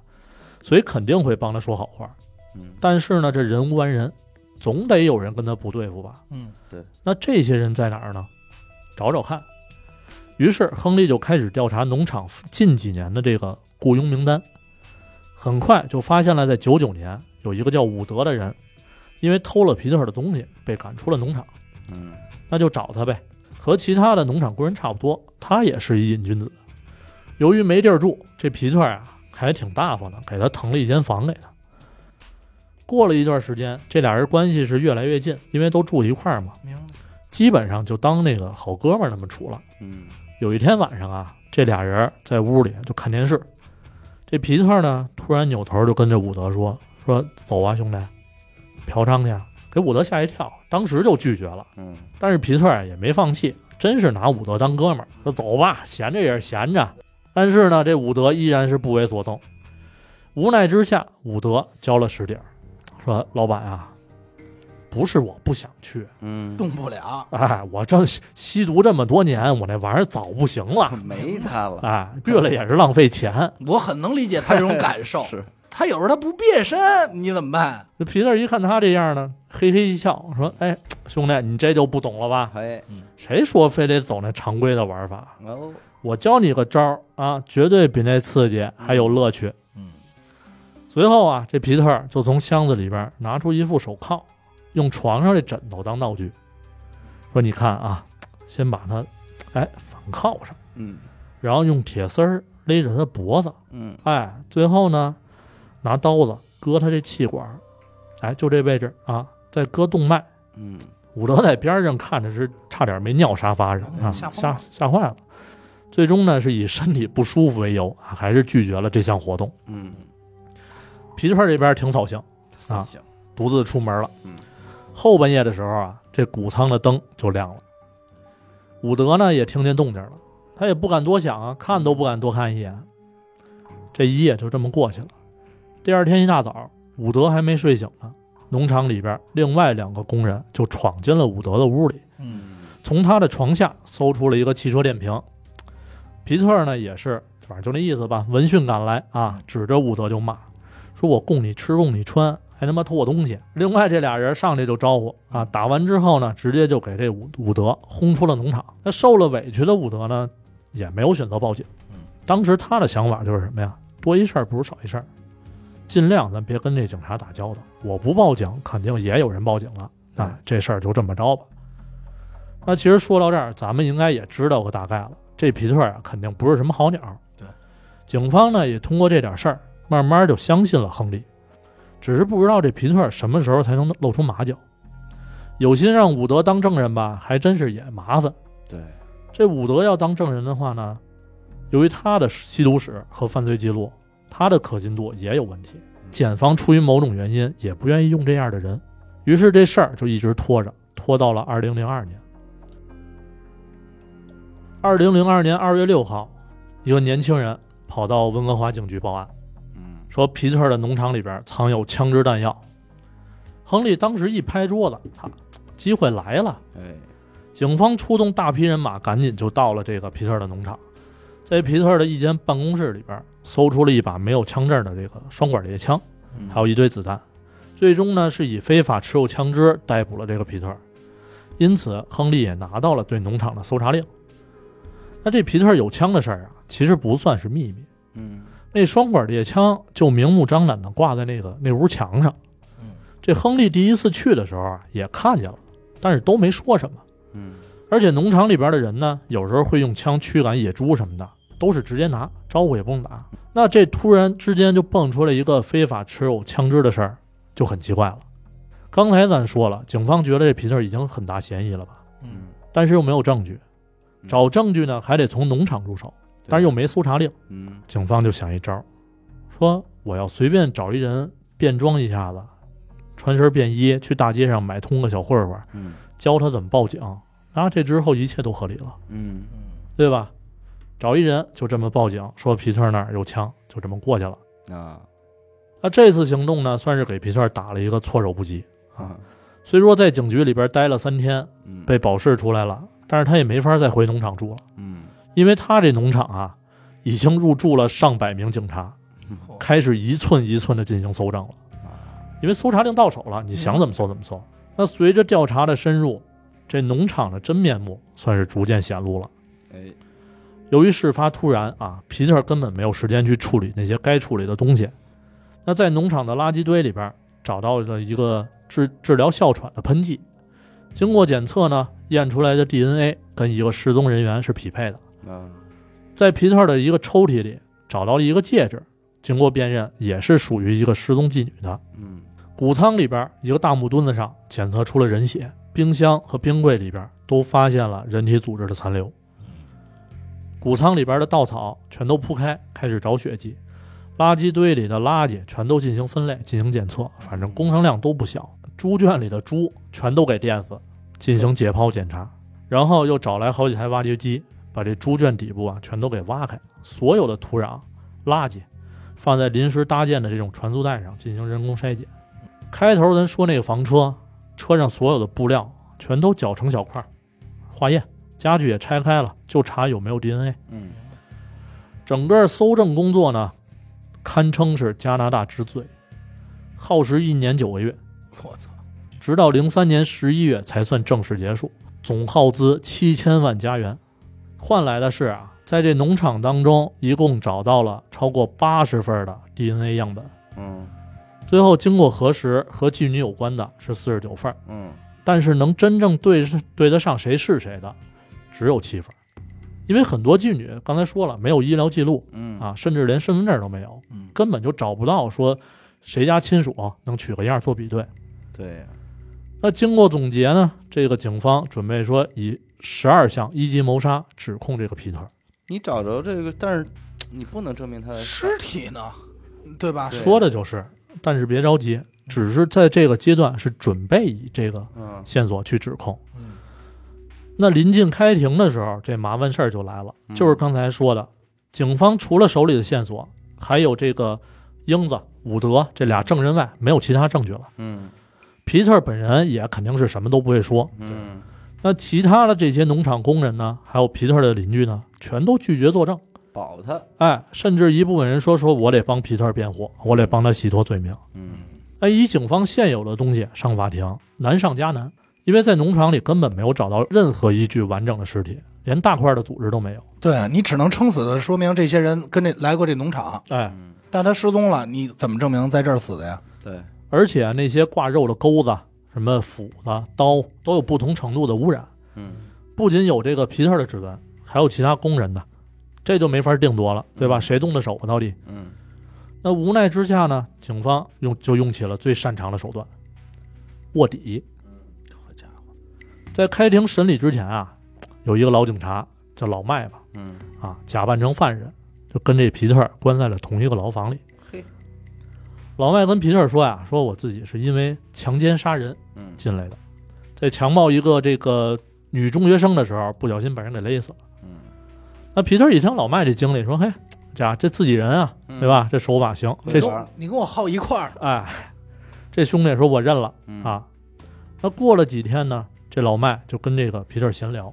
[SPEAKER 2] 所以肯定会帮他说好话。
[SPEAKER 1] 嗯，
[SPEAKER 2] 但是呢，这人无完人，总得有人跟他不对付吧？
[SPEAKER 3] 嗯，
[SPEAKER 2] 那这些人在哪儿呢？找找看。于是亨利就开始调查农场近几年的这个雇佣名单，很快就发现了，在九九年有一个叫伍德的人，因为偷了皮特的东西被赶出了农场，
[SPEAKER 1] 嗯，
[SPEAKER 2] 那就找他呗。和其他的农场工人差不多，他也是一瘾君子。由于没地儿住，这皮特啊还挺大方的，给他腾了一间房给他。过了一段时间，这俩人关系是越来越近，因为都住一块儿嘛。
[SPEAKER 3] 明白。
[SPEAKER 2] 基本上就当那个好哥们儿那么处了。
[SPEAKER 1] 嗯，
[SPEAKER 2] 有一天晚上啊，这俩人在屋里就看电视，这皮特呢突然扭头就跟着伍德说：“说走啊，兄弟，嫖娼去啊！”给伍德吓一跳，当时就拒绝了。
[SPEAKER 1] 嗯，
[SPEAKER 2] 但是皮特啊也没放弃，真是拿伍德当哥们儿，说走吧，闲着也是闲着。但是呢，这伍德依然是不为所动。无奈之下，伍德交了实底儿，说：“老板啊，不是我不想去，
[SPEAKER 1] 嗯，
[SPEAKER 3] 动 不了。
[SPEAKER 2] 哎，我这吸吸毒这么多年，我那玩意儿早不行 了，
[SPEAKER 1] 没他了，
[SPEAKER 2] 哎，越了也是浪费钱。
[SPEAKER 3] 我很能理解他这种感受，
[SPEAKER 1] 是，
[SPEAKER 3] 他有时候他不变身，你怎么办？
[SPEAKER 2] 这皮特一看他这样呢，嘿嘿一笑，说：“哎，兄弟，你这就不懂了吧？
[SPEAKER 1] 哎，
[SPEAKER 2] 谁说非得走那常规的玩法？
[SPEAKER 1] 哦，
[SPEAKER 2] 我教你个招儿啊，绝对比那刺激还有乐趣。”
[SPEAKER 3] 嗯，
[SPEAKER 2] 随后啊，这皮特就从箱子里边拿出一副手铐，用床上这枕头当道具，说：“你看啊，先把它，哎，反铐上，
[SPEAKER 1] 嗯，
[SPEAKER 2] 然后用铁丝儿勒着他脖子。”
[SPEAKER 1] 嗯，
[SPEAKER 2] 哎，最后呢，拿刀子割他这气管儿，哎，就这位置啊，再割动脉。
[SPEAKER 1] 嗯，
[SPEAKER 2] 伍德在边上看着是差点没尿沙发上啊，
[SPEAKER 3] 嗯吓
[SPEAKER 2] 吓
[SPEAKER 3] 疯了
[SPEAKER 2] 吓坏了。最终呢，是以身体不舒服为由，啊还是拒绝了这项活动。
[SPEAKER 1] 嗯，
[SPEAKER 2] 皮特这边挺扫兴，
[SPEAKER 3] 嗯
[SPEAKER 2] 啊
[SPEAKER 1] 行，
[SPEAKER 2] 独自出门了。
[SPEAKER 1] 嗯，
[SPEAKER 2] 后半夜的时候啊，这谷仓的灯就亮了。伍德呢也听见动静了，他也不敢多想啊，看都不敢多看一眼。这一夜就这么过去了。第二天一大早，伍德还没睡醒呢，农场里边另外两个工人就闯进了伍德的屋里，
[SPEAKER 3] 嗯，
[SPEAKER 2] 从他的床下搜出了一个汽车电瓶。皮特呢也是，反正就那意思吧，闻讯赶来啊，指着伍德就骂，说我供你吃供你穿，还他妈偷我东西。另外这俩人上去就招呼啊，打完之后呢，直接就给这伍伍德轰出了农场。那受了委屈的伍德呢，也没有选择报警
[SPEAKER 3] 嗯。
[SPEAKER 2] 当时他的想法就是什么呀？多一事儿不如少一事儿，尽量咱别跟这警察打交道。我不报警，肯定也有人报警了。
[SPEAKER 1] 嗯
[SPEAKER 2] 啊，这事儿就这么着吧。那其实说到这儿，咱们应该也知道个大概了。这皮特啊，肯定不是什么好鸟。
[SPEAKER 3] 对，
[SPEAKER 2] 警方呢也通过这点事儿，慢慢就相信了亨利，只是不知道这皮特什么时候才能露出马脚。有心让伍德当证人吧，还真是也麻烦。
[SPEAKER 1] 对，
[SPEAKER 2] 这伍德要当证人的话呢，由于他的吸毒史和犯罪记录，他的可信度也有问题。检方出于某种原因也不愿意用这样的人，于是这事儿就一直拖着，拖到了二零零二年。二零零二年二月六号，一个年轻人跑到温哥华警局报案，
[SPEAKER 1] 嗯
[SPEAKER 2] 说皮特的农场里边藏有枪支弹药。亨利当时一拍桌子，操，机会来了！
[SPEAKER 1] 哎，
[SPEAKER 2] 警方出动大批人马，赶紧就到了这个皮特的农场，在皮特的一间办公室里边搜出了一把没有枪证的这个双管猎枪，
[SPEAKER 1] 嗯
[SPEAKER 2] 还有一堆子弹。最终呢，是以非法持有枪支逮捕了这个皮特，因此亨利也拿到了对农场的搜查令。那这皮特有枪的事儿啊，其实不算是秘密。
[SPEAKER 1] 嗯
[SPEAKER 2] 那双管猎枪就明目张胆的挂在那个那屋墙上。
[SPEAKER 3] 嗯
[SPEAKER 2] 这亨利第一次去的时候啊，也看见了，但是都没说什么。
[SPEAKER 1] 嗯
[SPEAKER 2] 而且农场里边的人呢，有时候会用枪驱赶野猪什么的，都是直接拿，招呼也不用打。那这突然之间就蹦出来一个非法持有枪支的事儿，就很奇怪了。刚才咱说了，警方觉得这皮特已经很大嫌疑了吧，
[SPEAKER 3] 嗯，
[SPEAKER 2] 但是又没有证据，
[SPEAKER 1] 嗯
[SPEAKER 2] 找证据呢还得从农场入手，但是又没搜查令。
[SPEAKER 1] 嗯
[SPEAKER 2] 警方就想一招，说我要随便找一人变装一下子，穿身便衣去大街上买通个小混混，
[SPEAKER 1] 嗯
[SPEAKER 2] 教他怎么报警。然后这之后一切都合理了，
[SPEAKER 1] 嗯
[SPEAKER 3] 嗯
[SPEAKER 2] 对吧？找一人就这么报警，说皮特那儿有枪，就这么过去了。
[SPEAKER 1] 啊
[SPEAKER 2] 那这次行动呢，算是给皮特打了一个措手不及。
[SPEAKER 1] 啊
[SPEAKER 2] 虽说在警局里边待了三天，
[SPEAKER 1] 嗯
[SPEAKER 2] 被保释出来了，但是他也没法再回农场住了，
[SPEAKER 1] 嗯
[SPEAKER 2] 因为他这农场啊，已经入驻了上百名警察，
[SPEAKER 3] 嚯
[SPEAKER 2] 开始一寸一寸的进行搜证了。因为搜查令到手了，你想怎么搜怎么搜。那随着调查的深入，这农场的真面目算是逐渐显露了。
[SPEAKER 1] 哎
[SPEAKER 2] 由于事发突然啊，皮特根本没有时间去处理那些该处理的东西。那在农场的垃圾堆里边找到了一个治治疗哮喘的喷剂，经过检测呢，验出来的 DNA 跟一个失踪人员是匹配的。
[SPEAKER 1] 啊
[SPEAKER 2] 在皮特的一个抽屉里找到了一个戒指，经过辨认也是属于一个失踪妓女的。
[SPEAKER 1] 嗯
[SPEAKER 2] 谷仓里边一个大木墩子上检测出了人血，冰箱和冰柜里边都发现了人体组织的残留。谷仓里边的稻草全都铺开，开始找血迹。垃圾堆里的垃圾全都进行分类、进行检测，反正工程量都不小。猪圈里的猪全都给电死，进行解剖检查，然后又找来好几台挖掘机，把这猪圈底部啊全都给挖开，所有的土壤、垃圾放在临时搭建的这种传输带上进行人工筛检。开头咱说那个房车，车上所有的布料全都绞成小块儿，化验，家具也拆开了，就查有没有 DNA。
[SPEAKER 1] 嗯
[SPEAKER 2] 整个搜证工作呢，堪称是加拿大之最，耗时一年九个月，
[SPEAKER 3] 我操，
[SPEAKER 2] 直到零三年十一月才算正式结束，总耗资七千万加元，换来的是啊，在这农场当中一共找到了超过八十份的 DNA 样本，
[SPEAKER 1] 嗯
[SPEAKER 2] 最后经过核实，和妓女有关的是四十九份儿。
[SPEAKER 1] 嗯
[SPEAKER 2] 但是能真正对是对得上谁是谁的，只有七分，因为很多妓女刚才说了没有医疗记录
[SPEAKER 1] 嗯
[SPEAKER 2] 啊，甚至连身份证都没有，
[SPEAKER 1] 嗯
[SPEAKER 2] 根本就找不到说谁家亲属啊能取个样做比对。
[SPEAKER 1] 对呀
[SPEAKER 2] 那经过总结呢，这个警方准备说以十二项一级谋杀指控这个皮特。
[SPEAKER 1] 你找着这个，但是你不能证明他的
[SPEAKER 3] 尸体呢？对吧？
[SPEAKER 1] 呃对
[SPEAKER 2] 说的就是，但是别着急，只是在这个阶段是准备以这个
[SPEAKER 1] 嗯
[SPEAKER 2] 线索去指控。
[SPEAKER 3] 嗯
[SPEAKER 2] 那临近开庭的时候，这麻烦事儿就来了，
[SPEAKER 1] 嗯
[SPEAKER 2] 就是刚才说的，警方除了手里的线索，还有这个英子、伍德这俩证人外，没有其他证据了。
[SPEAKER 1] 嗯
[SPEAKER 2] 皮特本人也肯定是什么都不会说。
[SPEAKER 1] 嗯
[SPEAKER 2] 那其他的这些农场工人呢，还有皮特的邻居呢，全都拒绝作证。
[SPEAKER 1] 保他
[SPEAKER 2] 哎，甚至一部分人说说我得帮皮特辩护，我得帮他洗脱罪名。
[SPEAKER 1] 嗯
[SPEAKER 2] 那以警方现有的东西上法庭难上加难，因为在农场里根本没有找到任何一具完整的尸体，连大块的组织都没有。
[SPEAKER 3] 对啊你只能撑死的说明这些人跟这来过这农场，
[SPEAKER 2] 哎，
[SPEAKER 1] 嗯
[SPEAKER 3] 但他失踪了，你怎么证明在这儿死的呀？
[SPEAKER 1] 对
[SPEAKER 2] 而且那些挂肉的钩子、什么斧子、刀都有不同程度的污染，
[SPEAKER 1] 嗯
[SPEAKER 2] 不仅有这个皮特的指纹，还有其他工人的，这就没法定夺了，对吧？
[SPEAKER 1] 嗯
[SPEAKER 2] 谁动的手啊？到底？
[SPEAKER 1] 嗯
[SPEAKER 2] 那无奈之下呢，警方用就用起了最擅长的手段——卧底。
[SPEAKER 3] 好家伙，
[SPEAKER 2] 在开庭审理之前啊，有一个老警察叫老麦吧，
[SPEAKER 1] 嗯
[SPEAKER 2] 啊，假扮成犯人，就跟这皮特关在了同一个牢房里。
[SPEAKER 1] 嘿
[SPEAKER 2] 老麦跟皮特说呀、说我自己是因为强奸杀人
[SPEAKER 1] 嗯
[SPEAKER 2] 进来的，在强暴一个这个女中学生的时候，不小心把人给勒死了。
[SPEAKER 1] 嗯
[SPEAKER 2] 那皮特一听老麦这经历，说：“嘿，家这自己人啊，
[SPEAKER 1] 嗯
[SPEAKER 2] 对吧？这手法行，
[SPEAKER 1] 没
[SPEAKER 2] 这
[SPEAKER 1] 错
[SPEAKER 3] 你跟我耗一块儿，
[SPEAKER 2] 哎，这兄弟说我认了
[SPEAKER 1] 嗯
[SPEAKER 2] 啊。”那过了几天呢，这老麦就跟这个皮特闲聊，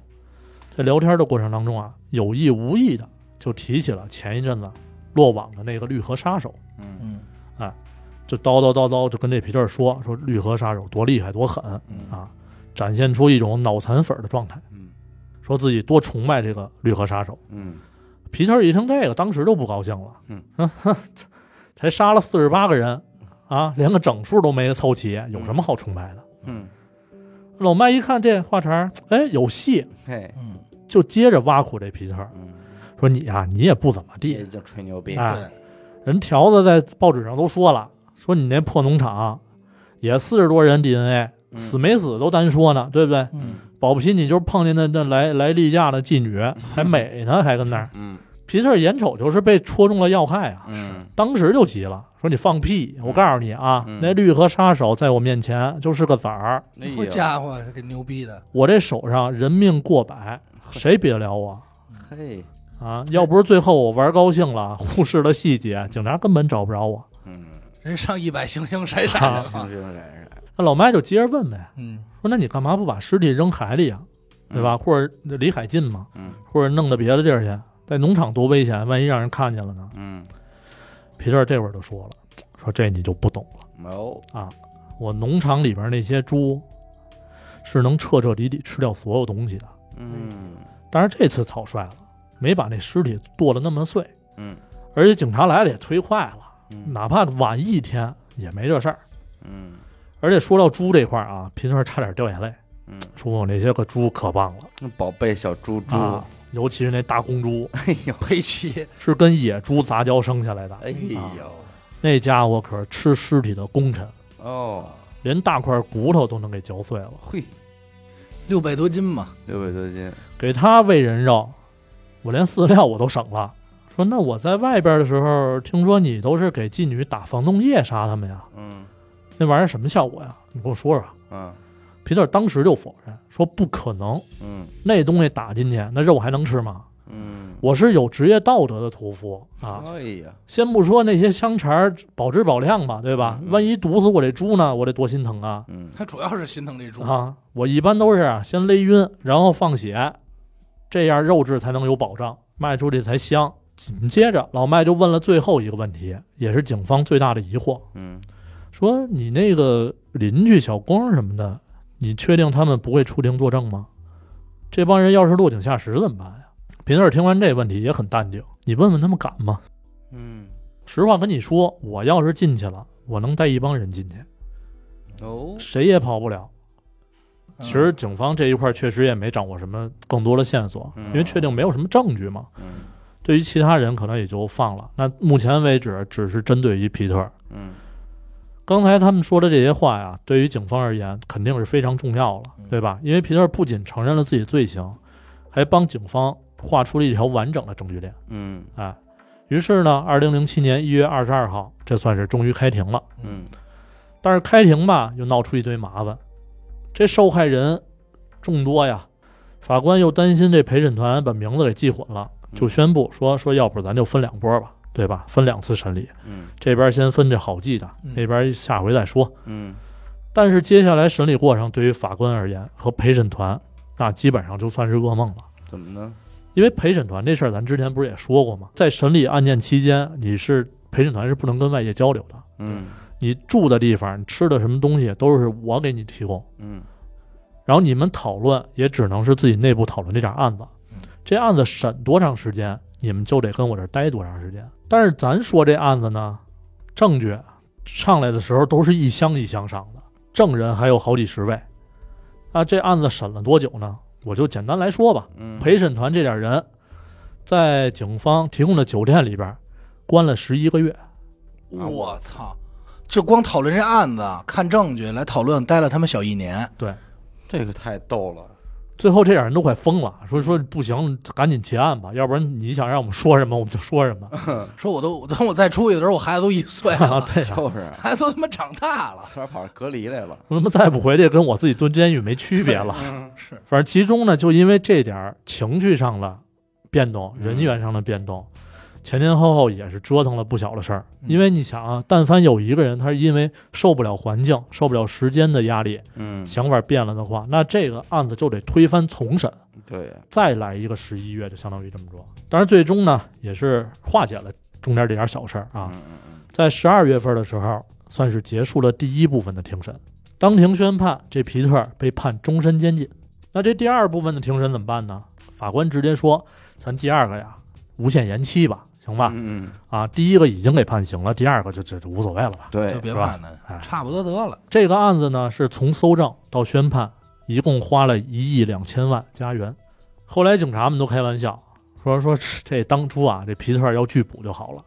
[SPEAKER 2] 在聊天的过程当中啊，有意无意的就提起了前一阵子落网的那个绿河杀手，
[SPEAKER 1] 嗯
[SPEAKER 3] 嗯
[SPEAKER 2] 就叨叨叨叨就跟这皮特说：“说绿河杀手多厉害多狠
[SPEAKER 1] 嗯
[SPEAKER 2] 啊！”展现出一种脑残粉的状态，
[SPEAKER 1] 嗯
[SPEAKER 2] 说自己多崇拜这个绿河杀手。
[SPEAKER 1] 嗯
[SPEAKER 2] 皮特一听这个，当时就不高兴了，
[SPEAKER 1] 嗯
[SPEAKER 2] 嗯，才杀了四十八个人啊，连个整数都没凑齐，有什么好崇拜的？
[SPEAKER 1] 嗯，
[SPEAKER 2] 老麦一看这话茬儿，哎，有戏，
[SPEAKER 1] 嘿，
[SPEAKER 3] 嗯，
[SPEAKER 2] 就接着挖苦这皮特，
[SPEAKER 1] 嗯，
[SPEAKER 2] 说你呀、你也不怎么
[SPEAKER 1] 这
[SPEAKER 2] 地，
[SPEAKER 1] 就吹牛逼，
[SPEAKER 2] 哎
[SPEAKER 3] 对，
[SPEAKER 2] 人条子在报纸上都说了，说你那破农场也四十多人 DNA，、
[SPEAKER 1] 嗯
[SPEAKER 2] 死没死都单说呢，对不对？
[SPEAKER 3] 嗯
[SPEAKER 2] 保不齐你就是碰见那那来来例假的妓女，还美呢，还跟那儿。
[SPEAKER 1] 嗯
[SPEAKER 2] 皮特眼瞅就是被戳中了要害啊，
[SPEAKER 1] 嗯
[SPEAKER 2] 当时就急了，说你放屁！我告诉你啊，
[SPEAKER 1] 嗯
[SPEAKER 2] 那绿河杀手在我面前就是个崽儿，
[SPEAKER 1] 哎
[SPEAKER 3] 好
[SPEAKER 1] 呦
[SPEAKER 3] 家伙，这个牛逼的，
[SPEAKER 2] 我这手上人命过百，谁比得了我
[SPEAKER 1] 嘿，
[SPEAKER 2] 啊？要不是最后我玩高兴了，忽视了细节，警察根本找不着我。
[SPEAKER 1] 嗯，
[SPEAKER 3] 人上一百形形色色
[SPEAKER 2] 啊
[SPEAKER 3] 的
[SPEAKER 1] 行
[SPEAKER 3] 嘛，
[SPEAKER 1] 行然然，
[SPEAKER 2] 那老麦就接着问呗，
[SPEAKER 3] 嗯
[SPEAKER 2] 说那你干嘛不把尸体扔海里啊？对吧？？或者离海近嘛，
[SPEAKER 1] 嗯
[SPEAKER 2] 或者弄到别的地儿去，在农场多危险，万一让人看见了呢？
[SPEAKER 1] 嗯，
[SPEAKER 2] 皮特这会儿就说了，说这你就不懂了，
[SPEAKER 1] 没有，
[SPEAKER 2] 我农场里边那些猪是能彻彻底底吃掉所有东西的。
[SPEAKER 1] 嗯
[SPEAKER 2] 但是这次草率了，没把那尸体剁得那么碎，
[SPEAKER 1] 嗯
[SPEAKER 2] 而且警察来了也忒快了，
[SPEAKER 1] 嗯，
[SPEAKER 2] 哪怕晚一天也没这事儿。
[SPEAKER 1] 嗯
[SPEAKER 2] 而且说到猪这块儿啊，皮特差点掉眼泪，
[SPEAKER 1] 嗯，
[SPEAKER 2] 说我那些个猪可棒了
[SPEAKER 1] 那宝贝小猪猪，
[SPEAKER 2] 啊，尤其是那大公猪，
[SPEAKER 1] 哎呦
[SPEAKER 3] 佩奇，
[SPEAKER 2] 是跟野猪杂交生下来的，
[SPEAKER 1] 哎呦
[SPEAKER 2] 那家伙可是吃尸体的功臣，
[SPEAKER 1] 哦，
[SPEAKER 2] 连大块骨头都能给嚼碎了。
[SPEAKER 1] 嘿，
[SPEAKER 3] 六百多斤嘛，
[SPEAKER 1] 六百多斤，
[SPEAKER 2] 给他喂人肉，我连饲料我都省了。说那我在外边的时候，听说你都是给妓女打防冻液杀他们呀？
[SPEAKER 1] 嗯
[SPEAKER 2] 那玩意儿什么效果呀？你给我说说。啊
[SPEAKER 1] 嗯
[SPEAKER 2] 皮特当时就否认，说不可能，
[SPEAKER 1] 嗯
[SPEAKER 2] 那东西打进去，那肉还能吃吗？
[SPEAKER 1] 嗯，
[SPEAKER 2] 我是有职业道德的屠夫啊！
[SPEAKER 1] 哎呀，
[SPEAKER 2] 先不说那些香肠儿保质保量吧，对吧
[SPEAKER 1] 嗯？嗯
[SPEAKER 2] 万一毒死我这猪呢？我得多心疼啊！
[SPEAKER 1] 嗯
[SPEAKER 3] 他主要是心疼这猪，
[SPEAKER 2] 啊，我一般都是啊，先勒晕，然后放血，这样肉质才能有保障，卖出去才香。紧接着，老麦就问了最后一个问题，也是警方最大的疑惑，
[SPEAKER 1] 嗯
[SPEAKER 2] 说你那个邻居小光什么的，你确定他们不会出庭作证吗？这帮人要是落井下石怎么办呀？皮特听完这问题也很淡定，你问问他们敢吗？
[SPEAKER 1] 嗯
[SPEAKER 2] 实话跟你说，我要是进去了，我能带一帮人进去，
[SPEAKER 1] 哦，
[SPEAKER 2] 谁也跑不了。
[SPEAKER 3] 嗯
[SPEAKER 2] 其实警方这一块确实也没掌握什么更多的线索，
[SPEAKER 1] 嗯
[SPEAKER 2] 因为确定没有什么证据嘛。
[SPEAKER 1] 嗯
[SPEAKER 2] 对于其他人可能也就放了。那目前为止，只是针对于皮特。
[SPEAKER 1] 嗯
[SPEAKER 2] 刚才他们说的这些话呀，对于警方而言肯定是非常重要了
[SPEAKER 3] 嗯，
[SPEAKER 2] 对吧？因为皮特不仅承认了自己罪行，还帮警方画出了一条完整的证据链。
[SPEAKER 1] 嗯
[SPEAKER 2] 哎，于是呢，二零零七年一月二十二号，这算是终于开庭了。
[SPEAKER 1] 嗯
[SPEAKER 2] 但是开庭吧，又闹出一堆麻烦。这受害人众多呀，法官又担心这陪审团把名字给记混了，
[SPEAKER 1] 嗯
[SPEAKER 2] 就宣布说说，要不咱就分两波吧，对吧？分两次审理，
[SPEAKER 1] 嗯
[SPEAKER 2] 这边先分这好记的
[SPEAKER 3] 嗯，
[SPEAKER 2] 那边下回再说。
[SPEAKER 1] 嗯
[SPEAKER 2] 但是接下来审理过程对于法官而言和陪审团，那基本上就算是噩梦了。
[SPEAKER 1] 怎么呢？
[SPEAKER 2] 因为陪审团这事儿，咱之前不是也说过吗？在审理案件期间，你是陪审团是不能跟外界交流的，
[SPEAKER 1] 嗯
[SPEAKER 2] 你住的地方、你吃的什么东西都是我给你提供。
[SPEAKER 1] 嗯
[SPEAKER 2] 然后你们讨论也只能是自己内部讨论这点案子
[SPEAKER 3] 嗯，
[SPEAKER 2] 这案子审多长时间，你们就得跟我这儿待多长时间。但是咱说这案子呢，证据上来的时候都是一箱一箱上的，证人还有好几十位。那这案子审了多久呢？我就简单来说吧，
[SPEAKER 1] 嗯，
[SPEAKER 2] 陪审团这点人，在警方提供的酒店里边关了十一个月，
[SPEAKER 1] 啊
[SPEAKER 3] 我操，就光讨论这案子，看证据来讨论，待了他们小一年，
[SPEAKER 1] 这个太逗了，
[SPEAKER 2] 最后这点人都快疯了，说说不行，赶紧结案吧，要不然你想让我们说什么我们就说什么。
[SPEAKER 3] 说我都 等我再出去的时候，我孩子都一岁
[SPEAKER 2] 啊，
[SPEAKER 3] 了，
[SPEAKER 2] 对呀、
[SPEAKER 1] 就是
[SPEAKER 3] 孩子都他妈长大了，
[SPEAKER 1] 自个儿跑这隔离来了，
[SPEAKER 2] 我他妈再不回去，跟我自己蹲监狱没区别了。
[SPEAKER 1] 嗯
[SPEAKER 3] 是，
[SPEAKER 2] 反正其中呢，就因为这点儿情绪上的变动，
[SPEAKER 1] 嗯
[SPEAKER 2] 人员上的变动，前前后后也是折腾了不小的事儿。
[SPEAKER 3] 嗯
[SPEAKER 2] 因为你想啊，但凡有一个人他是因为受不了环境、受不了时间的压力，
[SPEAKER 1] 嗯，
[SPEAKER 2] 想法变了的话，那这个案子就得推翻重审，
[SPEAKER 1] 对，
[SPEAKER 2] 再来一个十一月，就相当于这么着。当然，最终呢也是化解了中间这点小事儿啊。
[SPEAKER 1] 嗯嗯嗯
[SPEAKER 2] 在十二月份的时候，算是结束了第一部分的庭审。当庭宣判，这皮特尔被判终身监禁。那这第二部分的庭审怎么办呢？法官直接说：“咱第二个呀，无限延期吧，行吧？
[SPEAKER 1] 嗯，嗯
[SPEAKER 2] 啊，第一个已经给判刑了，第二个就这就无所谓了吧。
[SPEAKER 3] 就
[SPEAKER 1] 对，
[SPEAKER 3] 别
[SPEAKER 2] 是吧
[SPEAKER 3] 判了
[SPEAKER 2] 哎，
[SPEAKER 3] 差不多得了。”
[SPEAKER 2] 这个案子呢，是从搜证到宣判，一共花了一亿两千万加元。后来警察们都开玩笑说：“说这当初啊，这皮特尔要拒捕就好了，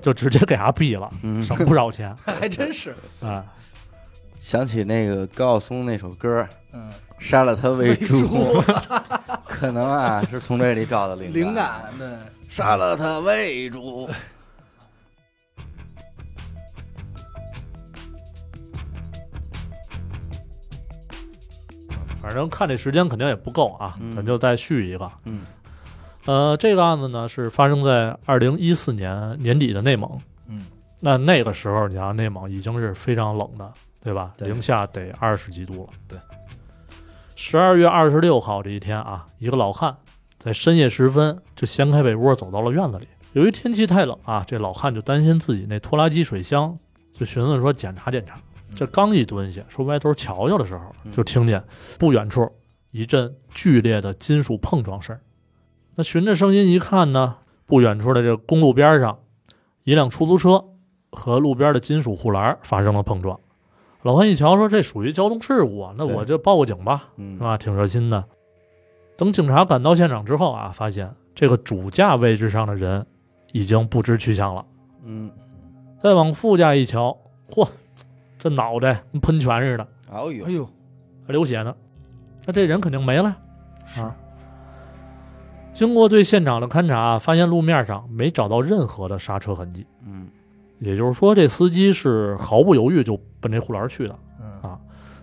[SPEAKER 2] 就直接给他毙了，
[SPEAKER 1] 嗯，
[SPEAKER 2] 省不少钱。
[SPEAKER 3] 还真是，
[SPEAKER 2] 哎，
[SPEAKER 1] 想起那个高晓松那首歌，
[SPEAKER 3] 嗯，
[SPEAKER 1] 杀了他为
[SPEAKER 3] 猪
[SPEAKER 1] 猪， 可能啊是从这里找的灵
[SPEAKER 3] 灵感，对，
[SPEAKER 1] 杀了他为主。
[SPEAKER 2] 反正看这时间肯定也不够啊，
[SPEAKER 1] 嗯
[SPEAKER 2] 咱就再续一个。
[SPEAKER 1] 嗯
[SPEAKER 2] 呃，这个案子呢是发生在二零一四年年底的内蒙。
[SPEAKER 3] 嗯，
[SPEAKER 2] 那那个时候，你像内蒙已经是非常冷的，对吧？
[SPEAKER 3] 对
[SPEAKER 2] 零下得二十几度了。
[SPEAKER 3] 对。
[SPEAKER 2] 十二月二十六号这一天啊，一个老汉在深夜时分就掀开被窝走到了院子里。由于天气太冷啊，这老汉就担心自己那拖拉机水箱，就寻思说检查检查。这刚一蹲下，说歪头瞧瞧的时候，
[SPEAKER 1] 嗯
[SPEAKER 2] 就听见不远处一阵剧烈的金属碰撞声。那循着声音一看呢，不远处的这个公路边上，一辆出租车和路边的金属护栏发生了碰撞。老汉一瞧说：“这属于交通事故啊，那
[SPEAKER 1] 对
[SPEAKER 2] 我就报个警吧，
[SPEAKER 1] 嗯
[SPEAKER 2] 是，吧？挺热心的。”等警察赶到现场之后啊，发现这个主驾位置上的人已经不知去向了。
[SPEAKER 1] 嗯，
[SPEAKER 2] 再往副驾一瞧，嚯，这脑袋跟喷泉似的，
[SPEAKER 1] 哎呦
[SPEAKER 3] 哎，呦，
[SPEAKER 2] 还流血呢。那这人肯定没了呀。
[SPEAKER 3] 是
[SPEAKER 2] 啊经过对现场的勘查，发现路面上没找到任何的刹车痕迹，
[SPEAKER 1] 嗯
[SPEAKER 2] 也就是说，这司机是毫不犹豫就奔这护栏去的。
[SPEAKER 3] 嗯
[SPEAKER 2] 啊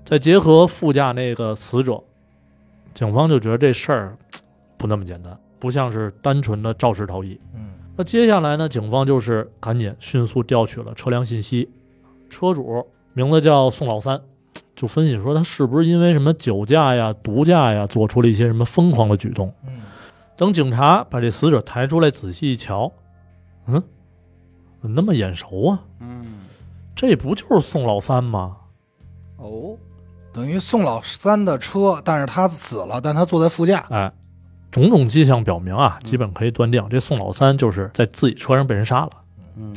[SPEAKER 2] 再结合副驾那个死者，警方就觉得这事儿嘖不那么简单，不像是单纯的肇事逃逸。
[SPEAKER 3] 嗯
[SPEAKER 2] 那接下来呢，警方就是赶紧迅速调取了车辆信息，车主名字叫宋老三，嘖就分析说他是不是因为什么酒驾呀、毒驾呀，做出了一些什么疯狂的举动。
[SPEAKER 3] 嗯，
[SPEAKER 2] 等警察把这死者抬出来仔细一瞧，嗯，怎么那么眼熟啊？
[SPEAKER 1] 嗯，
[SPEAKER 2] 这不就是宋老三吗？
[SPEAKER 1] 哦，
[SPEAKER 3] 等于宋老三的车，但是他死了，但他坐在副驾，
[SPEAKER 2] 哎，种种迹象表明啊，基本可以断定这宋老三就是在自己车上被人杀了。
[SPEAKER 1] 嗯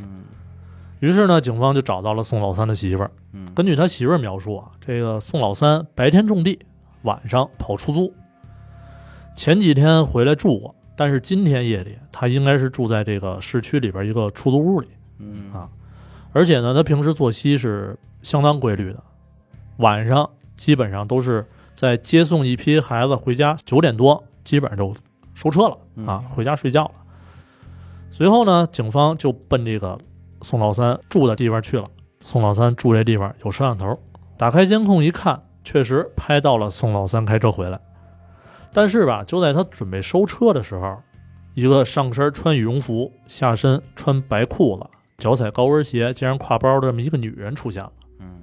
[SPEAKER 2] 于是呢，警方就找到了宋老三的媳妇儿。
[SPEAKER 1] 嗯，
[SPEAKER 2] 根据他媳妇儿描述啊，这个宋老三白天种地，晚上跑出租。前几天回来住过，但是今天夜里他应该是住在这个市区里边一个出租屋里。
[SPEAKER 1] 嗯
[SPEAKER 2] 啊而且呢，他平时作息是相当规律的，晚上基本上都是在接送一批孩子回家，九点多基本上就收车了
[SPEAKER 1] 嗯
[SPEAKER 2] 啊，回家睡觉了。随后呢，警方就奔这个宋老三住的地方去了。宋老三住这地方有摄像头，打开监控一看，确实拍到了宋老三开车回来。但是吧，就在他准备收车的时候，一个上身穿羽绒服、下身穿白裤子、脚踩高跟鞋、肩上挎包的这么一个女人出现了。
[SPEAKER 1] 嗯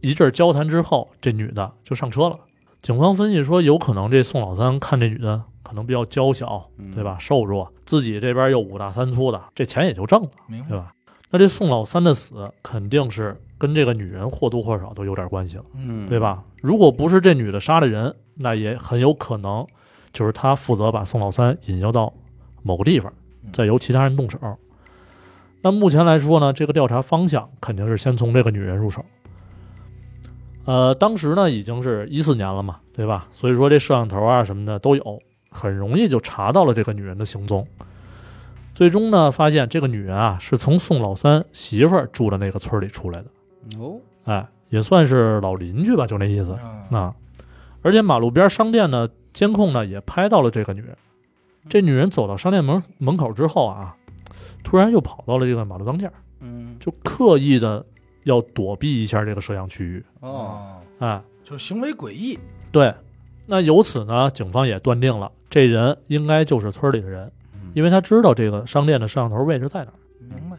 [SPEAKER 2] 一阵交谈之后，这女的就上车了。警方分析说，有可能这宋老三看这女的可能比较娇小，
[SPEAKER 1] 嗯
[SPEAKER 2] 对吧？瘦弱，自己这边又五大三粗的，这钱也就挣了，
[SPEAKER 3] 明白
[SPEAKER 2] 对？吧？那这宋老三的死肯定是跟这个女人或多或少都有点关系了，
[SPEAKER 1] 嗯，
[SPEAKER 2] 对？吧？如果不是这女的杀了人，那也很有可能就是她负责把宋老三引诱到某个地方，
[SPEAKER 3] 嗯
[SPEAKER 2] 再由其他人动手。那目前来说呢，这个调查方向肯定是先从这个女人入手。呃，当时呢已经是一四年了嘛，对吧？所以说这摄像头啊什么的都有，很容易就查到了这个女人的行踪。最终呢，发现这个女人啊是从宋老三媳妇儿住的那个村儿里出来的，
[SPEAKER 1] 哦，
[SPEAKER 2] 哎，也算是老邻居吧，就那意思。
[SPEAKER 3] 嗯
[SPEAKER 2] 啊，而且马路边商店呢，监控呢也拍到了这个女人。这女人走到商店门门口之后啊，突然又跑到了这个马路当间儿，
[SPEAKER 1] 嗯
[SPEAKER 2] 就刻意的要躲避一下这个摄像区域。
[SPEAKER 1] 哦，，
[SPEAKER 2] 哎，
[SPEAKER 3] 啊就是行为诡异，
[SPEAKER 2] 对，那由此呢，警方也断定了这人应该就是村里的人，因为他知道这个商店的摄像头位置在哪儿。
[SPEAKER 3] 明白，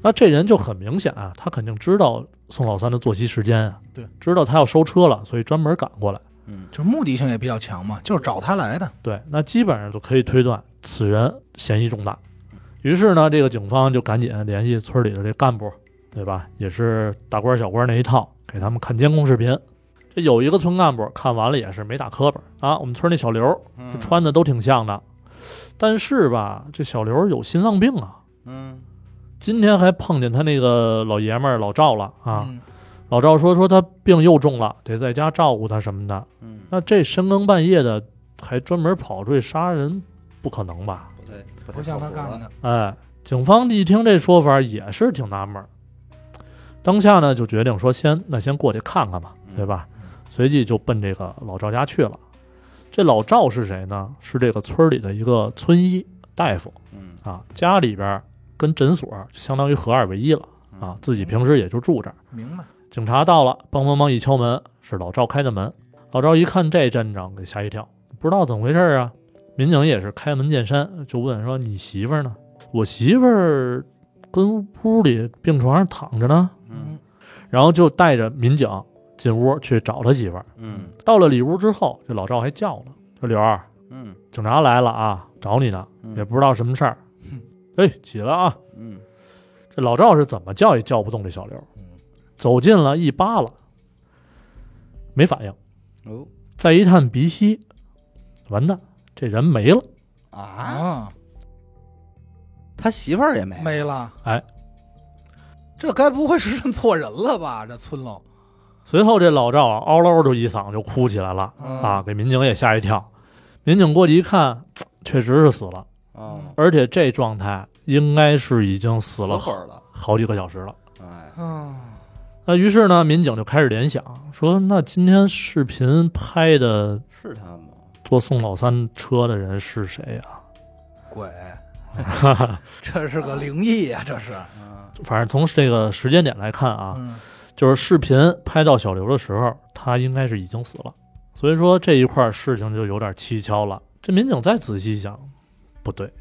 [SPEAKER 2] 那这人就很明显啊，他肯定知道宋老三的作息时间啊，
[SPEAKER 3] 对，
[SPEAKER 2] 知道他要收车了，所以专门赶过来。
[SPEAKER 1] 嗯，
[SPEAKER 3] 就是目的性也比较强嘛，就是找他来的。
[SPEAKER 2] 对，那基本上就可以推断此人嫌疑重大。于是呢，这个警方就赶紧联系村里的这干部，对吧？也是大官小官那一套，给他们看监控视频。这有一个村干部看完了也是没打磕巴啊，我们村那小刘
[SPEAKER 1] 嗯
[SPEAKER 2] 穿的都挺像的，但是吧，这小刘有心脏病啊。
[SPEAKER 1] 嗯
[SPEAKER 2] 今天还碰见他那个老爷们儿老赵了啊，
[SPEAKER 3] 嗯，
[SPEAKER 2] 老赵说说他病又重了，得在家照顾他什么的。
[SPEAKER 1] 嗯，
[SPEAKER 2] 那这深更半夜的还专门跑出去杀人，不可能吧？
[SPEAKER 1] 不对，
[SPEAKER 3] 不像他干的，
[SPEAKER 2] 哎，警方一听这说法也是挺纳闷儿，当下呢就决定说先那先过去看看吧，对吧？随即就奔这个老赵家去了。这老赵是谁呢？是这个村里的一个村医大夫
[SPEAKER 1] 嗯
[SPEAKER 2] 啊，家里边儿跟诊所相当于合二为一了啊，，自己平时也就住这儿。
[SPEAKER 3] 明白，
[SPEAKER 2] 警察到了，梆梆梆一敲门，是老赵开的门。老赵一看这阵仗，给吓一跳，不知道怎么回事儿啊。民警也是开门见山，就问说：“你媳妇儿呢？”我媳妇儿跟屋里病床上躺着呢。
[SPEAKER 1] 嗯，
[SPEAKER 2] 然后就带着民警进屋去找他媳妇儿。
[SPEAKER 1] 嗯
[SPEAKER 2] 到了里屋之后，这老赵还叫了：“说刘儿，
[SPEAKER 1] 嗯
[SPEAKER 2] 警察来了啊，找你呢，
[SPEAKER 1] 嗯，
[SPEAKER 2] 也不知道什么事儿。
[SPEAKER 3] 哼”
[SPEAKER 2] 哎，起来啊！
[SPEAKER 1] 嗯
[SPEAKER 2] 这老赵是怎么叫也叫不动这小刘
[SPEAKER 3] 嗯，
[SPEAKER 2] 走近了一扒拉，没反应。
[SPEAKER 1] 哦
[SPEAKER 2] 再一探鼻息，完蛋，这人没了。
[SPEAKER 1] 啊，
[SPEAKER 3] 啊，
[SPEAKER 1] 他媳妇儿也没了，
[SPEAKER 3] 没了，
[SPEAKER 2] 哎，
[SPEAKER 3] 这该不会是认错人了吧？这村楼
[SPEAKER 2] 随后这老赵啊，嗷喽就一嗓就哭起来了
[SPEAKER 1] 嗯
[SPEAKER 2] 啊，，给民警也吓一跳。民警过去一看，确实是死了，
[SPEAKER 1] 哦，
[SPEAKER 2] 而且这状态应该是已经死了
[SPEAKER 1] 会
[SPEAKER 2] 好
[SPEAKER 1] 儿了，
[SPEAKER 2] 好几个小时了。
[SPEAKER 1] 哎，
[SPEAKER 3] 啊，
[SPEAKER 2] 那于是呢，民警就开始联想，说那今天视频拍的
[SPEAKER 1] 是他吗？
[SPEAKER 2] 坐宋老三车的人是谁啊呀、
[SPEAKER 3] 鬼，这是个灵异呀，这是，
[SPEAKER 1] 啊，
[SPEAKER 2] 反正从这个时间点来看啊，
[SPEAKER 3] 嗯，
[SPEAKER 2] 就是视频拍到小刘的时候，他应该是已经死了，所以说这一块儿事情就有点蹊跷了。这民警再仔细想，不对，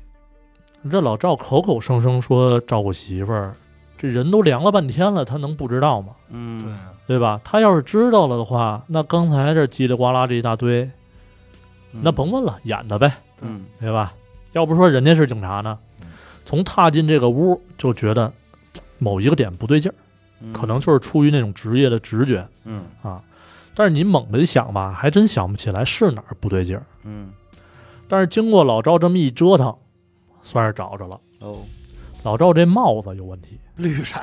[SPEAKER 2] 这老赵口口声声说照顾媳妇儿，这人都凉了半天了，他能不知道吗？
[SPEAKER 1] 嗯，
[SPEAKER 3] 对，啊
[SPEAKER 2] 对吧？他要是知道了的话，那刚才这叽里呱啦这一大堆，
[SPEAKER 1] 嗯
[SPEAKER 2] 那甭问了，演的呗，
[SPEAKER 1] 嗯
[SPEAKER 2] 对吧？要不说人家是警察呢
[SPEAKER 3] 嗯，
[SPEAKER 2] 从踏进这个屋就觉得嘖某一个点不对劲儿，
[SPEAKER 1] 嗯
[SPEAKER 2] 可能就是出于那种职业的直觉，
[SPEAKER 1] 嗯
[SPEAKER 2] 啊。但是你猛的一想吧，还真想不起来是哪儿不对劲儿。
[SPEAKER 1] 嗯
[SPEAKER 2] 但是经过老赵这么一折腾，算是找着了。
[SPEAKER 1] 哦，
[SPEAKER 2] 老赵这帽子有问题。
[SPEAKER 3] 绿色，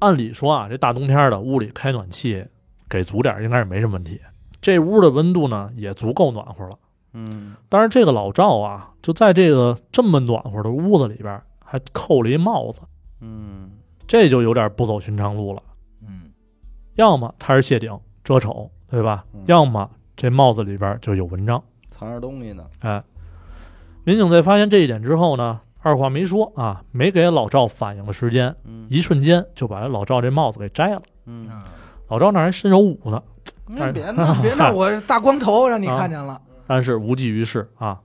[SPEAKER 2] 按理说啊，这大冬天的屋里开暖气，给足点儿应该是没什么问题。这屋的温度呢也足够暖和了。
[SPEAKER 1] 嗯
[SPEAKER 2] 但是这个老赵啊，就在这个这么暖和的屋子里边，还扣了一帽子，
[SPEAKER 1] 嗯
[SPEAKER 2] 这就有点不走寻常路了。
[SPEAKER 3] 嗯，
[SPEAKER 2] 要么他是谢顶遮丑，对吧
[SPEAKER 1] 嗯？
[SPEAKER 2] 要么这帽子里边就有文章。
[SPEAKER 1] 藏着东西呢，
[SPEAKER 2] 哎，民警在发现这一点之后呢，二话没说啊，没给老赵反应的时间，
[SPEAKER 1] 嗯
[SPEAKER 2] 一瞬间就把老赵这帽子给摘了。
[SPEAKER 1] 嗯
[SPEAKER 2] 老赵那儿还伸手捂呢，但
[SPEAKER 3] 那
[SPEAKER 2] 是
[SPEAKER 3] 别闹，别闹，我大光头让你看见了，
[SPEAKER 2] 但是无济于事啊。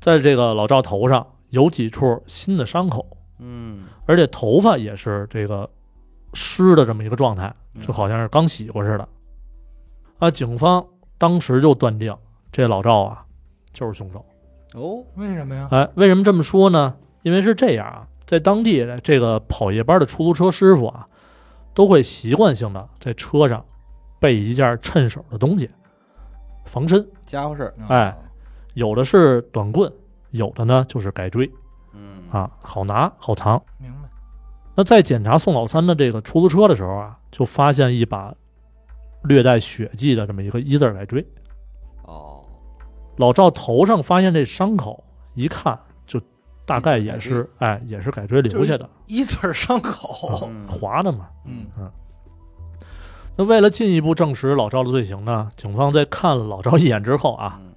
[SPEAKER 2] 在这个老赵头上有几处新的伤口，
[SPEAKER 1] 嗯，
[SPEAKER 2] 而且头发也是这个湿的这么一个状态，
[SPEAKER 1] 嗯
[SPEAKER 2] 就好像是刚洗过似的。啊，警方当时就断定这老赵啊就是凶手。
[SPEAKER 1] 哦，
[SPEAKER 3] 为什么呀？
[SPEAKER 2] 哎，为什么这么说呢？因为是这样啊，在当地这个跑夜班的出租车师傅啊，都会习惯性的在车上备一件趁手的东西，防身。
[SPEAKER 1] 家伙事儿，
[SPEAKER 3] 啊
[SPEAKER 2] 哎，有的是短棍，有的呢就是改锥
[SPEAKER 1] 嗯，
[SPEAKER 2] 啊，好拿好藏。
[SPEAKER 3] 明白，
[SPEAKER 2] 那在检查宋老三的这个出租车的时候啊，就发现一把略带血迹的这么一个一字改锥。
[SPEAKER 1] 哦，
[SPEAKER 2] 老赵头上发现这伤口，一看就大概也是哎也是改锥留下的。
[SPEAKER 3] 一字儿伤口，
[SPEAKER 1] 嗯
[SPEAKER 2] 划的嘛。
[SPEAKER 3] 嗯
[SPEAKER 2] 那为了进一步证实老赵的罪行呢，警方在看了老赵一眼之后啊，
[SPEAKER 1] 嗯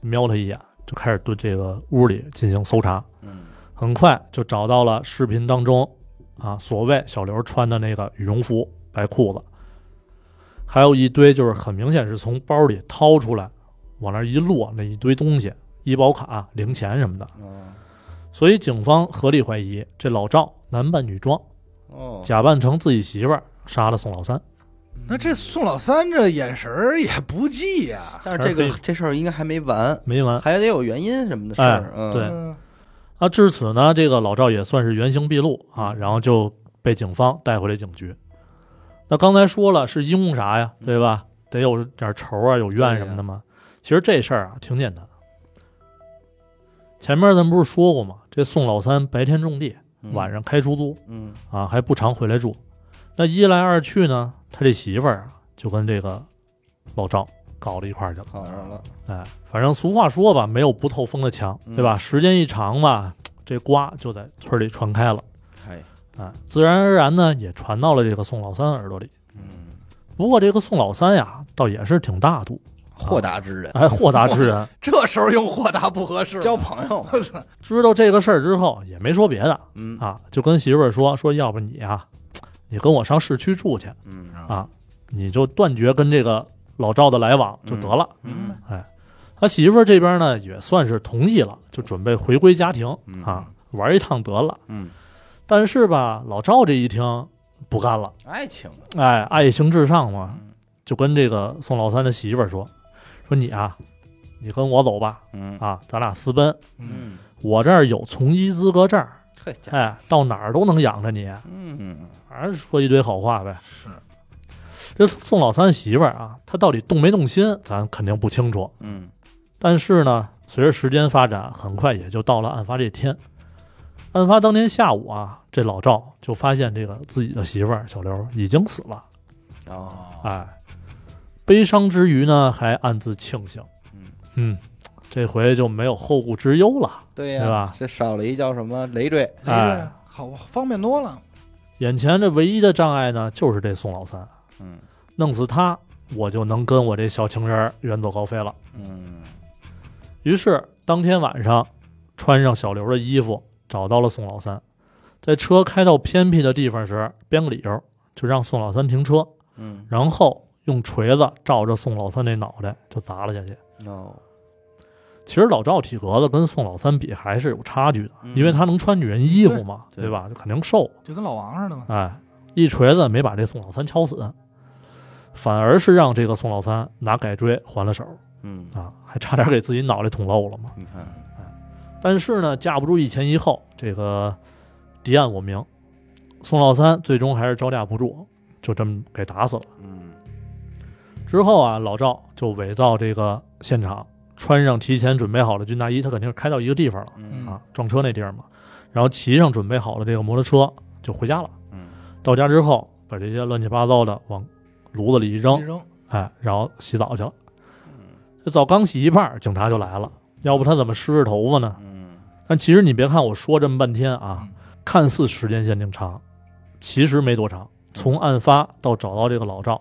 [SPEAKER 2] 瞄他一眼，就开始对这个屋里进行搜查。
[SPEAKER 1] 嗯
[SPEAKER 2] 很快就找到了视频当中啊，所谓小刘穿的那个羽绒服、白裤子，还有一堆就是很明显是从包里掏出来，往那儿一落那一堆东西，医保卡、零钱什么的。
[SPEAKER 1] 嗯
[SPEAKER 2] 所以警方合理怀疑这老赵男扮女装，
[SPEAKER 1] 哦，
[SPEAKER 2] 假扮成自己媳妇儿杀了宋老三。
[SPEAKER 3] 那这宋老三这眼神儿也不济呀、
[SPEAKER 1] 但是这
[SPEAKER 2] 还是
[SPEAKER 1] 个
[SPEAKER 2] 可
[SPEAKER 1] 这事儿应该还没完，
[SPEAKER 2] 没完
[SPEAKER 1] 还得有原因什么的事儿。嗯，
[SPEAKER 2] 对
[SPEAKER 3] 嗯，
[SPEAKER 2] 啊！至此呢，这个老赵也算是原形毕露啊，然后就被警方带回来警局。那刚才说了是因啥呀，对吧？得有点仇啊，有怨什么的嘛。其实这事儿啊挺简单。前面咱不是说过吗？这宋老三白天种地，
[SPEAKER 1] 嗯
[SPEAKER 2] 晚，上开出租，
[SPEAKER 1] 嗯
[SPEAKER 2] 啊，还不常回来住。那一来二去呢，他这媳妇儿啊就跟这个老赵搞到一块儿去了。
[SPEAKER 1] 好上了，
[SPEAKER 2] 哎，反正俗话说吧，没有不透风的墙，对
[SPEAKER 1] 嗯
[SPEAKER 2] 吧？时间一长吧，这瓜就在村里传开了，
[SPEAKER 1] 哎，
[SPEAKER 2] 哎，自然而然呢也传到了这个宋老三耳朵里。
[SPEAKER 1] 嗯，
[SPEAKER 2] 不过这个宋老三呀，倒也是挺大度，
[SPEAKER 1] 豁达之人，
[SPEAKER 2] 哎，豁达之 人，
[SPEAKER 3] 这时候用豁达不合适。
[SPEAKER 1] 交朋友嘛，
[SPEAKER 2] 知道这个事儿之后也没说别的
[SPEAKER 1] 嗯
[SPEAKER 2] 啊，就跟媳妇儿说说，要不你啊，你跟我上市区住去，
[SPEAKER 1] 嗯
[SPEAKER 2] 你就断绝跟这个老赵的来往就得了。
[SPEAKER 3] 明白
[SPEAKER 1] 嗯，
[SPEAKER 2] 他媳妇儿这边呢也算是同意了，就准备回归家庭
[SPEAKER 1] 嗯
[SPEAKER 2] 啊，玩一趟得了。
[SPEAKER 1] 嗯，
[SPEAKER 2] 但是吧，老赵这一听不干了，
[SPEAKER 1] 爱情嘛，
[SPEAKER 2] 哎，爱情至上嘛，
[SPEAKER 1] 嗯
[SPEAKER 2] 就跟这个宋老三的媳妇儿说，说你啊，你跟我走吧，
[SPEAKER 1] 嗯
[SPEAKER 2] 啊，咱俩私奔，
[SPEAKER 3] 嗯，
[SPEAKER 2] 我这儿有从医资格证儿，
[SPEAKER 1] 嘿，家
[SPEAKER 2] 哎，到哪儿都能养着你，
[SPEAKER 1] 嗯
[SPEAKER 2] 反正说一堆好话呗。
[SPEAKER 3] 是，
[SPEAKER 2] 这宋老三媳妇儿啊，她到底动没动心，咱肯定不清楚。
[SPEAKER 1] 嗯
[SPEAKER 2] 但是呢，随着时间发展，很快也就到了案发这天。案发当天下午啊，这老赵就发现这个自己的媳妇儿小刘已经死了，
[SPEAKER 1] 哦，
[SPEAKER 2] 哎，悲伤之余呢，还暗自庆幸
[SPEAKER 1] 嗯，
[SPEAKER 2] 嗯，这回就没有后顾之忧了。
[SPEAKER 1] 对呀，
[SPEAKER 2] 对吧？
[SPEAKER 1] 这少了一叫什么累赘，
[SPEAKER 3] 没哎这好方便多了。
[SPEAKER 2] 眼前这唯一的障碍呢，就是这宋老三，
[SPEAKER 1] 嗯
[SPEAKER 2] 弄死他，我就能跟我这小情人儿远走高飞了。
[SPEAKER 1] 嗯
[SPEAKER 2] 于是当天晚上，穿上小刘的衣服，找到了宋老三。在车开到偏僻的地方时，编个理由，就让宋老三停车，
[SPEAKER 1] 嗯，
[SPEAKER 2] 然后用锤子照着宋老三这脑袋就砸了下去。
[SPEAKER 1] 哦，
[SPEAKER 2] 其实老赵体格子跟宋老三比还是有差距的，
[SPEAKER 1] 嗯
[SPEAKER 2] 因为他能穿女人衣服嘛，
[SPEAKER 1] 对
[SPEAKER 2] 对吧？就肯定瘦。
[SPEAKER 3] 就跟老王似的嘛。
[SPEAKER 2] 哎，一锤子没把这宋老三敲死，反而是让这个宋老三拿改锥还了手
[SPEAKER 1] 嗯，
[SPEAKER 2] 啊，还差点给自己脑袋捅漏了嘛。
[SPEAKER 1] 你看，
[SPEAKER 2] 但是呢，架不住一前一后，这个敌暗我明，宋老三最终还是招架不住，就这么给打死了。
[SPEAKER 1] 嗯
[SPEAKER 2] 之后啊，老赵就伪造这个现场，穿上提前准备好的军大衣，他肯定是开到一个地方了
[SPEAKER 1] 嗯
[SPEAKER 2] 啊，撞车那地儿嘛，然后骑上准备好的这个摩托车就回家了。
[SPEAKER 1] 嗯
[SPEAKER 2] 到家之后，把这些乱七八糟的往炉子里一
[SPEAKER 3] 一
[SPEAKER 2] 扔，
[SPEAKER 3] 扔，
[SPEAKER 2] 哎，然后洗澡去了。
[SPEAKER 1] 嗯
[SPEAKER 2] 这澡刚洗一半儿，警察就来了，要不他怎么湿着头发呢？
[SPEAKER 1] 嗯
[SPEAKER 2] 但其实你别看我说这么半天啊
[SPEAKER 3] 嗯，
[SPEAKER 2] 看似时间限定长，其实没多长。从案发到找到这个老赵，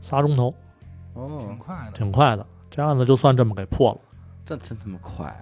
[SPEAKER 2] 仨钟头，
[SPEAKER 3] 挺
[SPEAKER 1] 哦，
[SPEAKER 3] 快的，
[SPEAKER 2] 挺快的。这案子就算这么给破了。
[SPEAKER 1] 这真他妈快，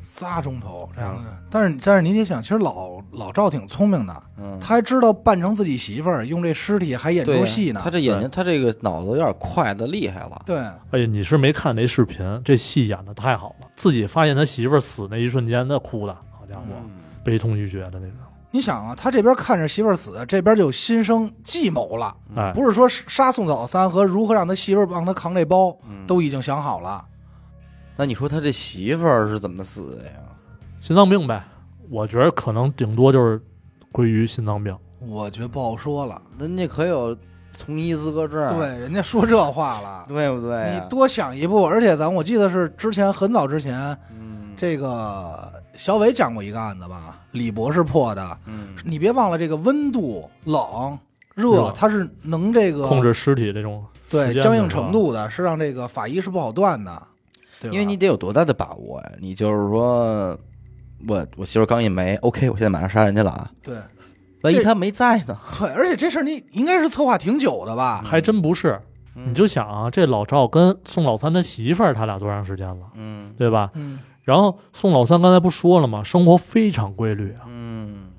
[SPEAKER 3] 仨钟头这样的。但是但是你得想，其实老老赵挺聪明的，
[SPEAKER 1] 嗯，
[SPEAKER 3] 他还知道扮成自己媳妇儿，用这尸体还演
[SPEAKER 1] 对
[SPEAKER 3] 出
[SPEAKER 1] 呀
[SPEAKER 3] 戏呢。
[SPEAKER 1] 他这眼睛，他这个脑子有点快的厉害了，
[SPEAKER 3] 对，
[SPEAKER 2] 哎呀，你是没看那视频，这戏演的太好了。自己发现他媳妇儿死那一瞬间，那哭的，好家伙，
[SPEAKER 1] 嗯
[SPEAKER 2] 悲痛欲绝的那种。
[SPEAKER 3] 你想啊，他这边看着媳妇儿死，这边就有心生计谋了，
[SPEAKER 1] 嗯
[SPEAKER 2] 哎，
[SPEAKER 3] 不是说杀宋老三和如何让他媳妇儿帮他扛这包
[SPEAKER 1] 嗯，
[SPEAKER 3] 都已经想好了。
[SPEAKER 1] 那你说他这媳妇儿是怎么死的呀？
[SPEAKER 2] 心脏病呗，我觉得可能顶多就是归于心脏病。
[SPEAKER 3] 我觉得不好说了，
[SPEAKER 1] 人家可有从医资格证儿，
[SPEAKER 3] 对，人家说这话了。
[SPEAKER 1] 对不 对啊呀？
[SPEAKER 3] 你多想一步，而且咱我记得是之前很早之前，
[SPEAKER 1] 嗯
[SPEAKER 3] 这个小伟讲过一个案子吧，李博士破的。
[SPEAKER 1] 嗯
[SPEAKER 3] 你别忘了这个温度、冷、热
[SPEAKER 2] 热，
[SPEAKER 3] 它是能
[SPEAKER 1] 嗯
[SPEAKER 3] 这个
[SPEAKER 2] 控制尸体这种，时
[SPEAKER 3] 对
[SPEAKER 2] 间
[SPEAKER 3] 僵
[SPEAKER 2] 的
[SPEAKER 3] 硬
[SPEAKER 2] 是
[SPEAKER 3] 程
[SPEAKER 2] 吧
[SPEAKER 3] 度的，是让这个法医是不好断的，对吧
[SPEAKER 1] 因为你得有多大的把握呀？你就是说，我我媳妇儿刚一没，OK，我现在马上杀人去了啊！
[SPEAKER 3] 对
[SPEAKER 1] 万一
[SPEAKER 3] 这
[SPEAKER 1] 他没在呢？
[SPEAKER 3] 对，而且这事儿你应该是策划挺久的
[SPEAKER 1] 嗯
[SPEAKER 3] 吧？
[SPEAKER 2] 还真不是。你就想啊，这老赵跟宋老三他媳妇儿，他俩多长时间了，
[SPEAKER 1] 嗯
[SPEAKER 2] 对吧？
[SPEAKER 3] 嗯，
[SPEAKER 2] 然后宋老三刚才不说了吗？生活非常规律啊，
[SPEAKER 1] 嗯，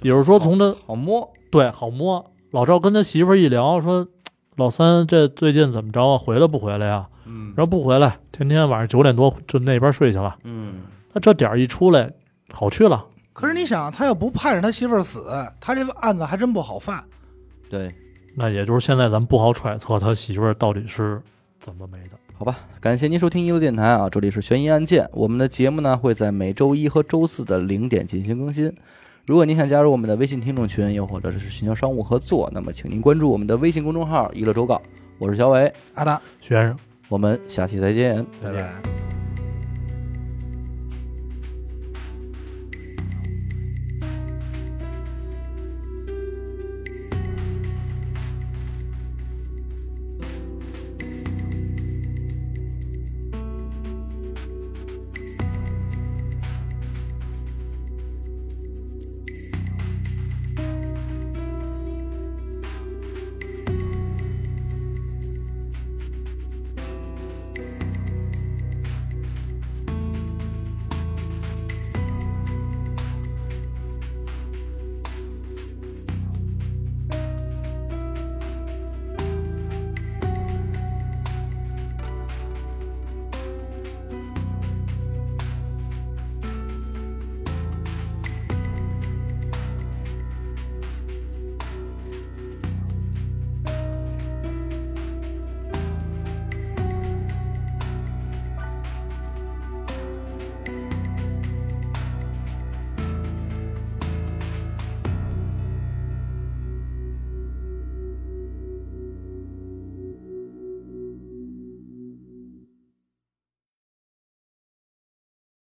[SPEAKER 2] 也就是说从这
[SPEAKER 1] 好摸，
[SPEAKER 2] 对好摸。老赵跟他媳妇儿一聊，说嘖老三这最近怎么着啊？回来不回来呀、
[SPEAKER 1] 嗯
[SPEAKER 2] 说不回来，天天晚上九点多就那边睡去了。
[SPEAKER 1] 嗯，
[SPEAKER 2] 那这点儿一出来，好去了，
[SPEAKER 3] 可是你想，他要不盼着他媳妇儿死，他这个案子还真不好犯。
[SPEAKER 1] 对，
[SPEAKER 2] 那也就是现在咱们不好揣测他媳妇儿到底是怎么没的。
[SPEAKER 1] 好吧，感谢您收听一路电台啊，这里是悬疑案件，我们的节目呢会在每周一和周四的零点进行更新。如果您想加入我们的微信听众群，又或者是寻求商务合作，那么请您关注我们的微信公众号“一乐周告”，我是小伟，
[SPEAKER 3] 阿达，
[SPEAKER 2] 徐先生，
[SPEAKER 1] 我们下期再见。
[SPEAKER 2] 再见
[SPEAKER 3] 拜拜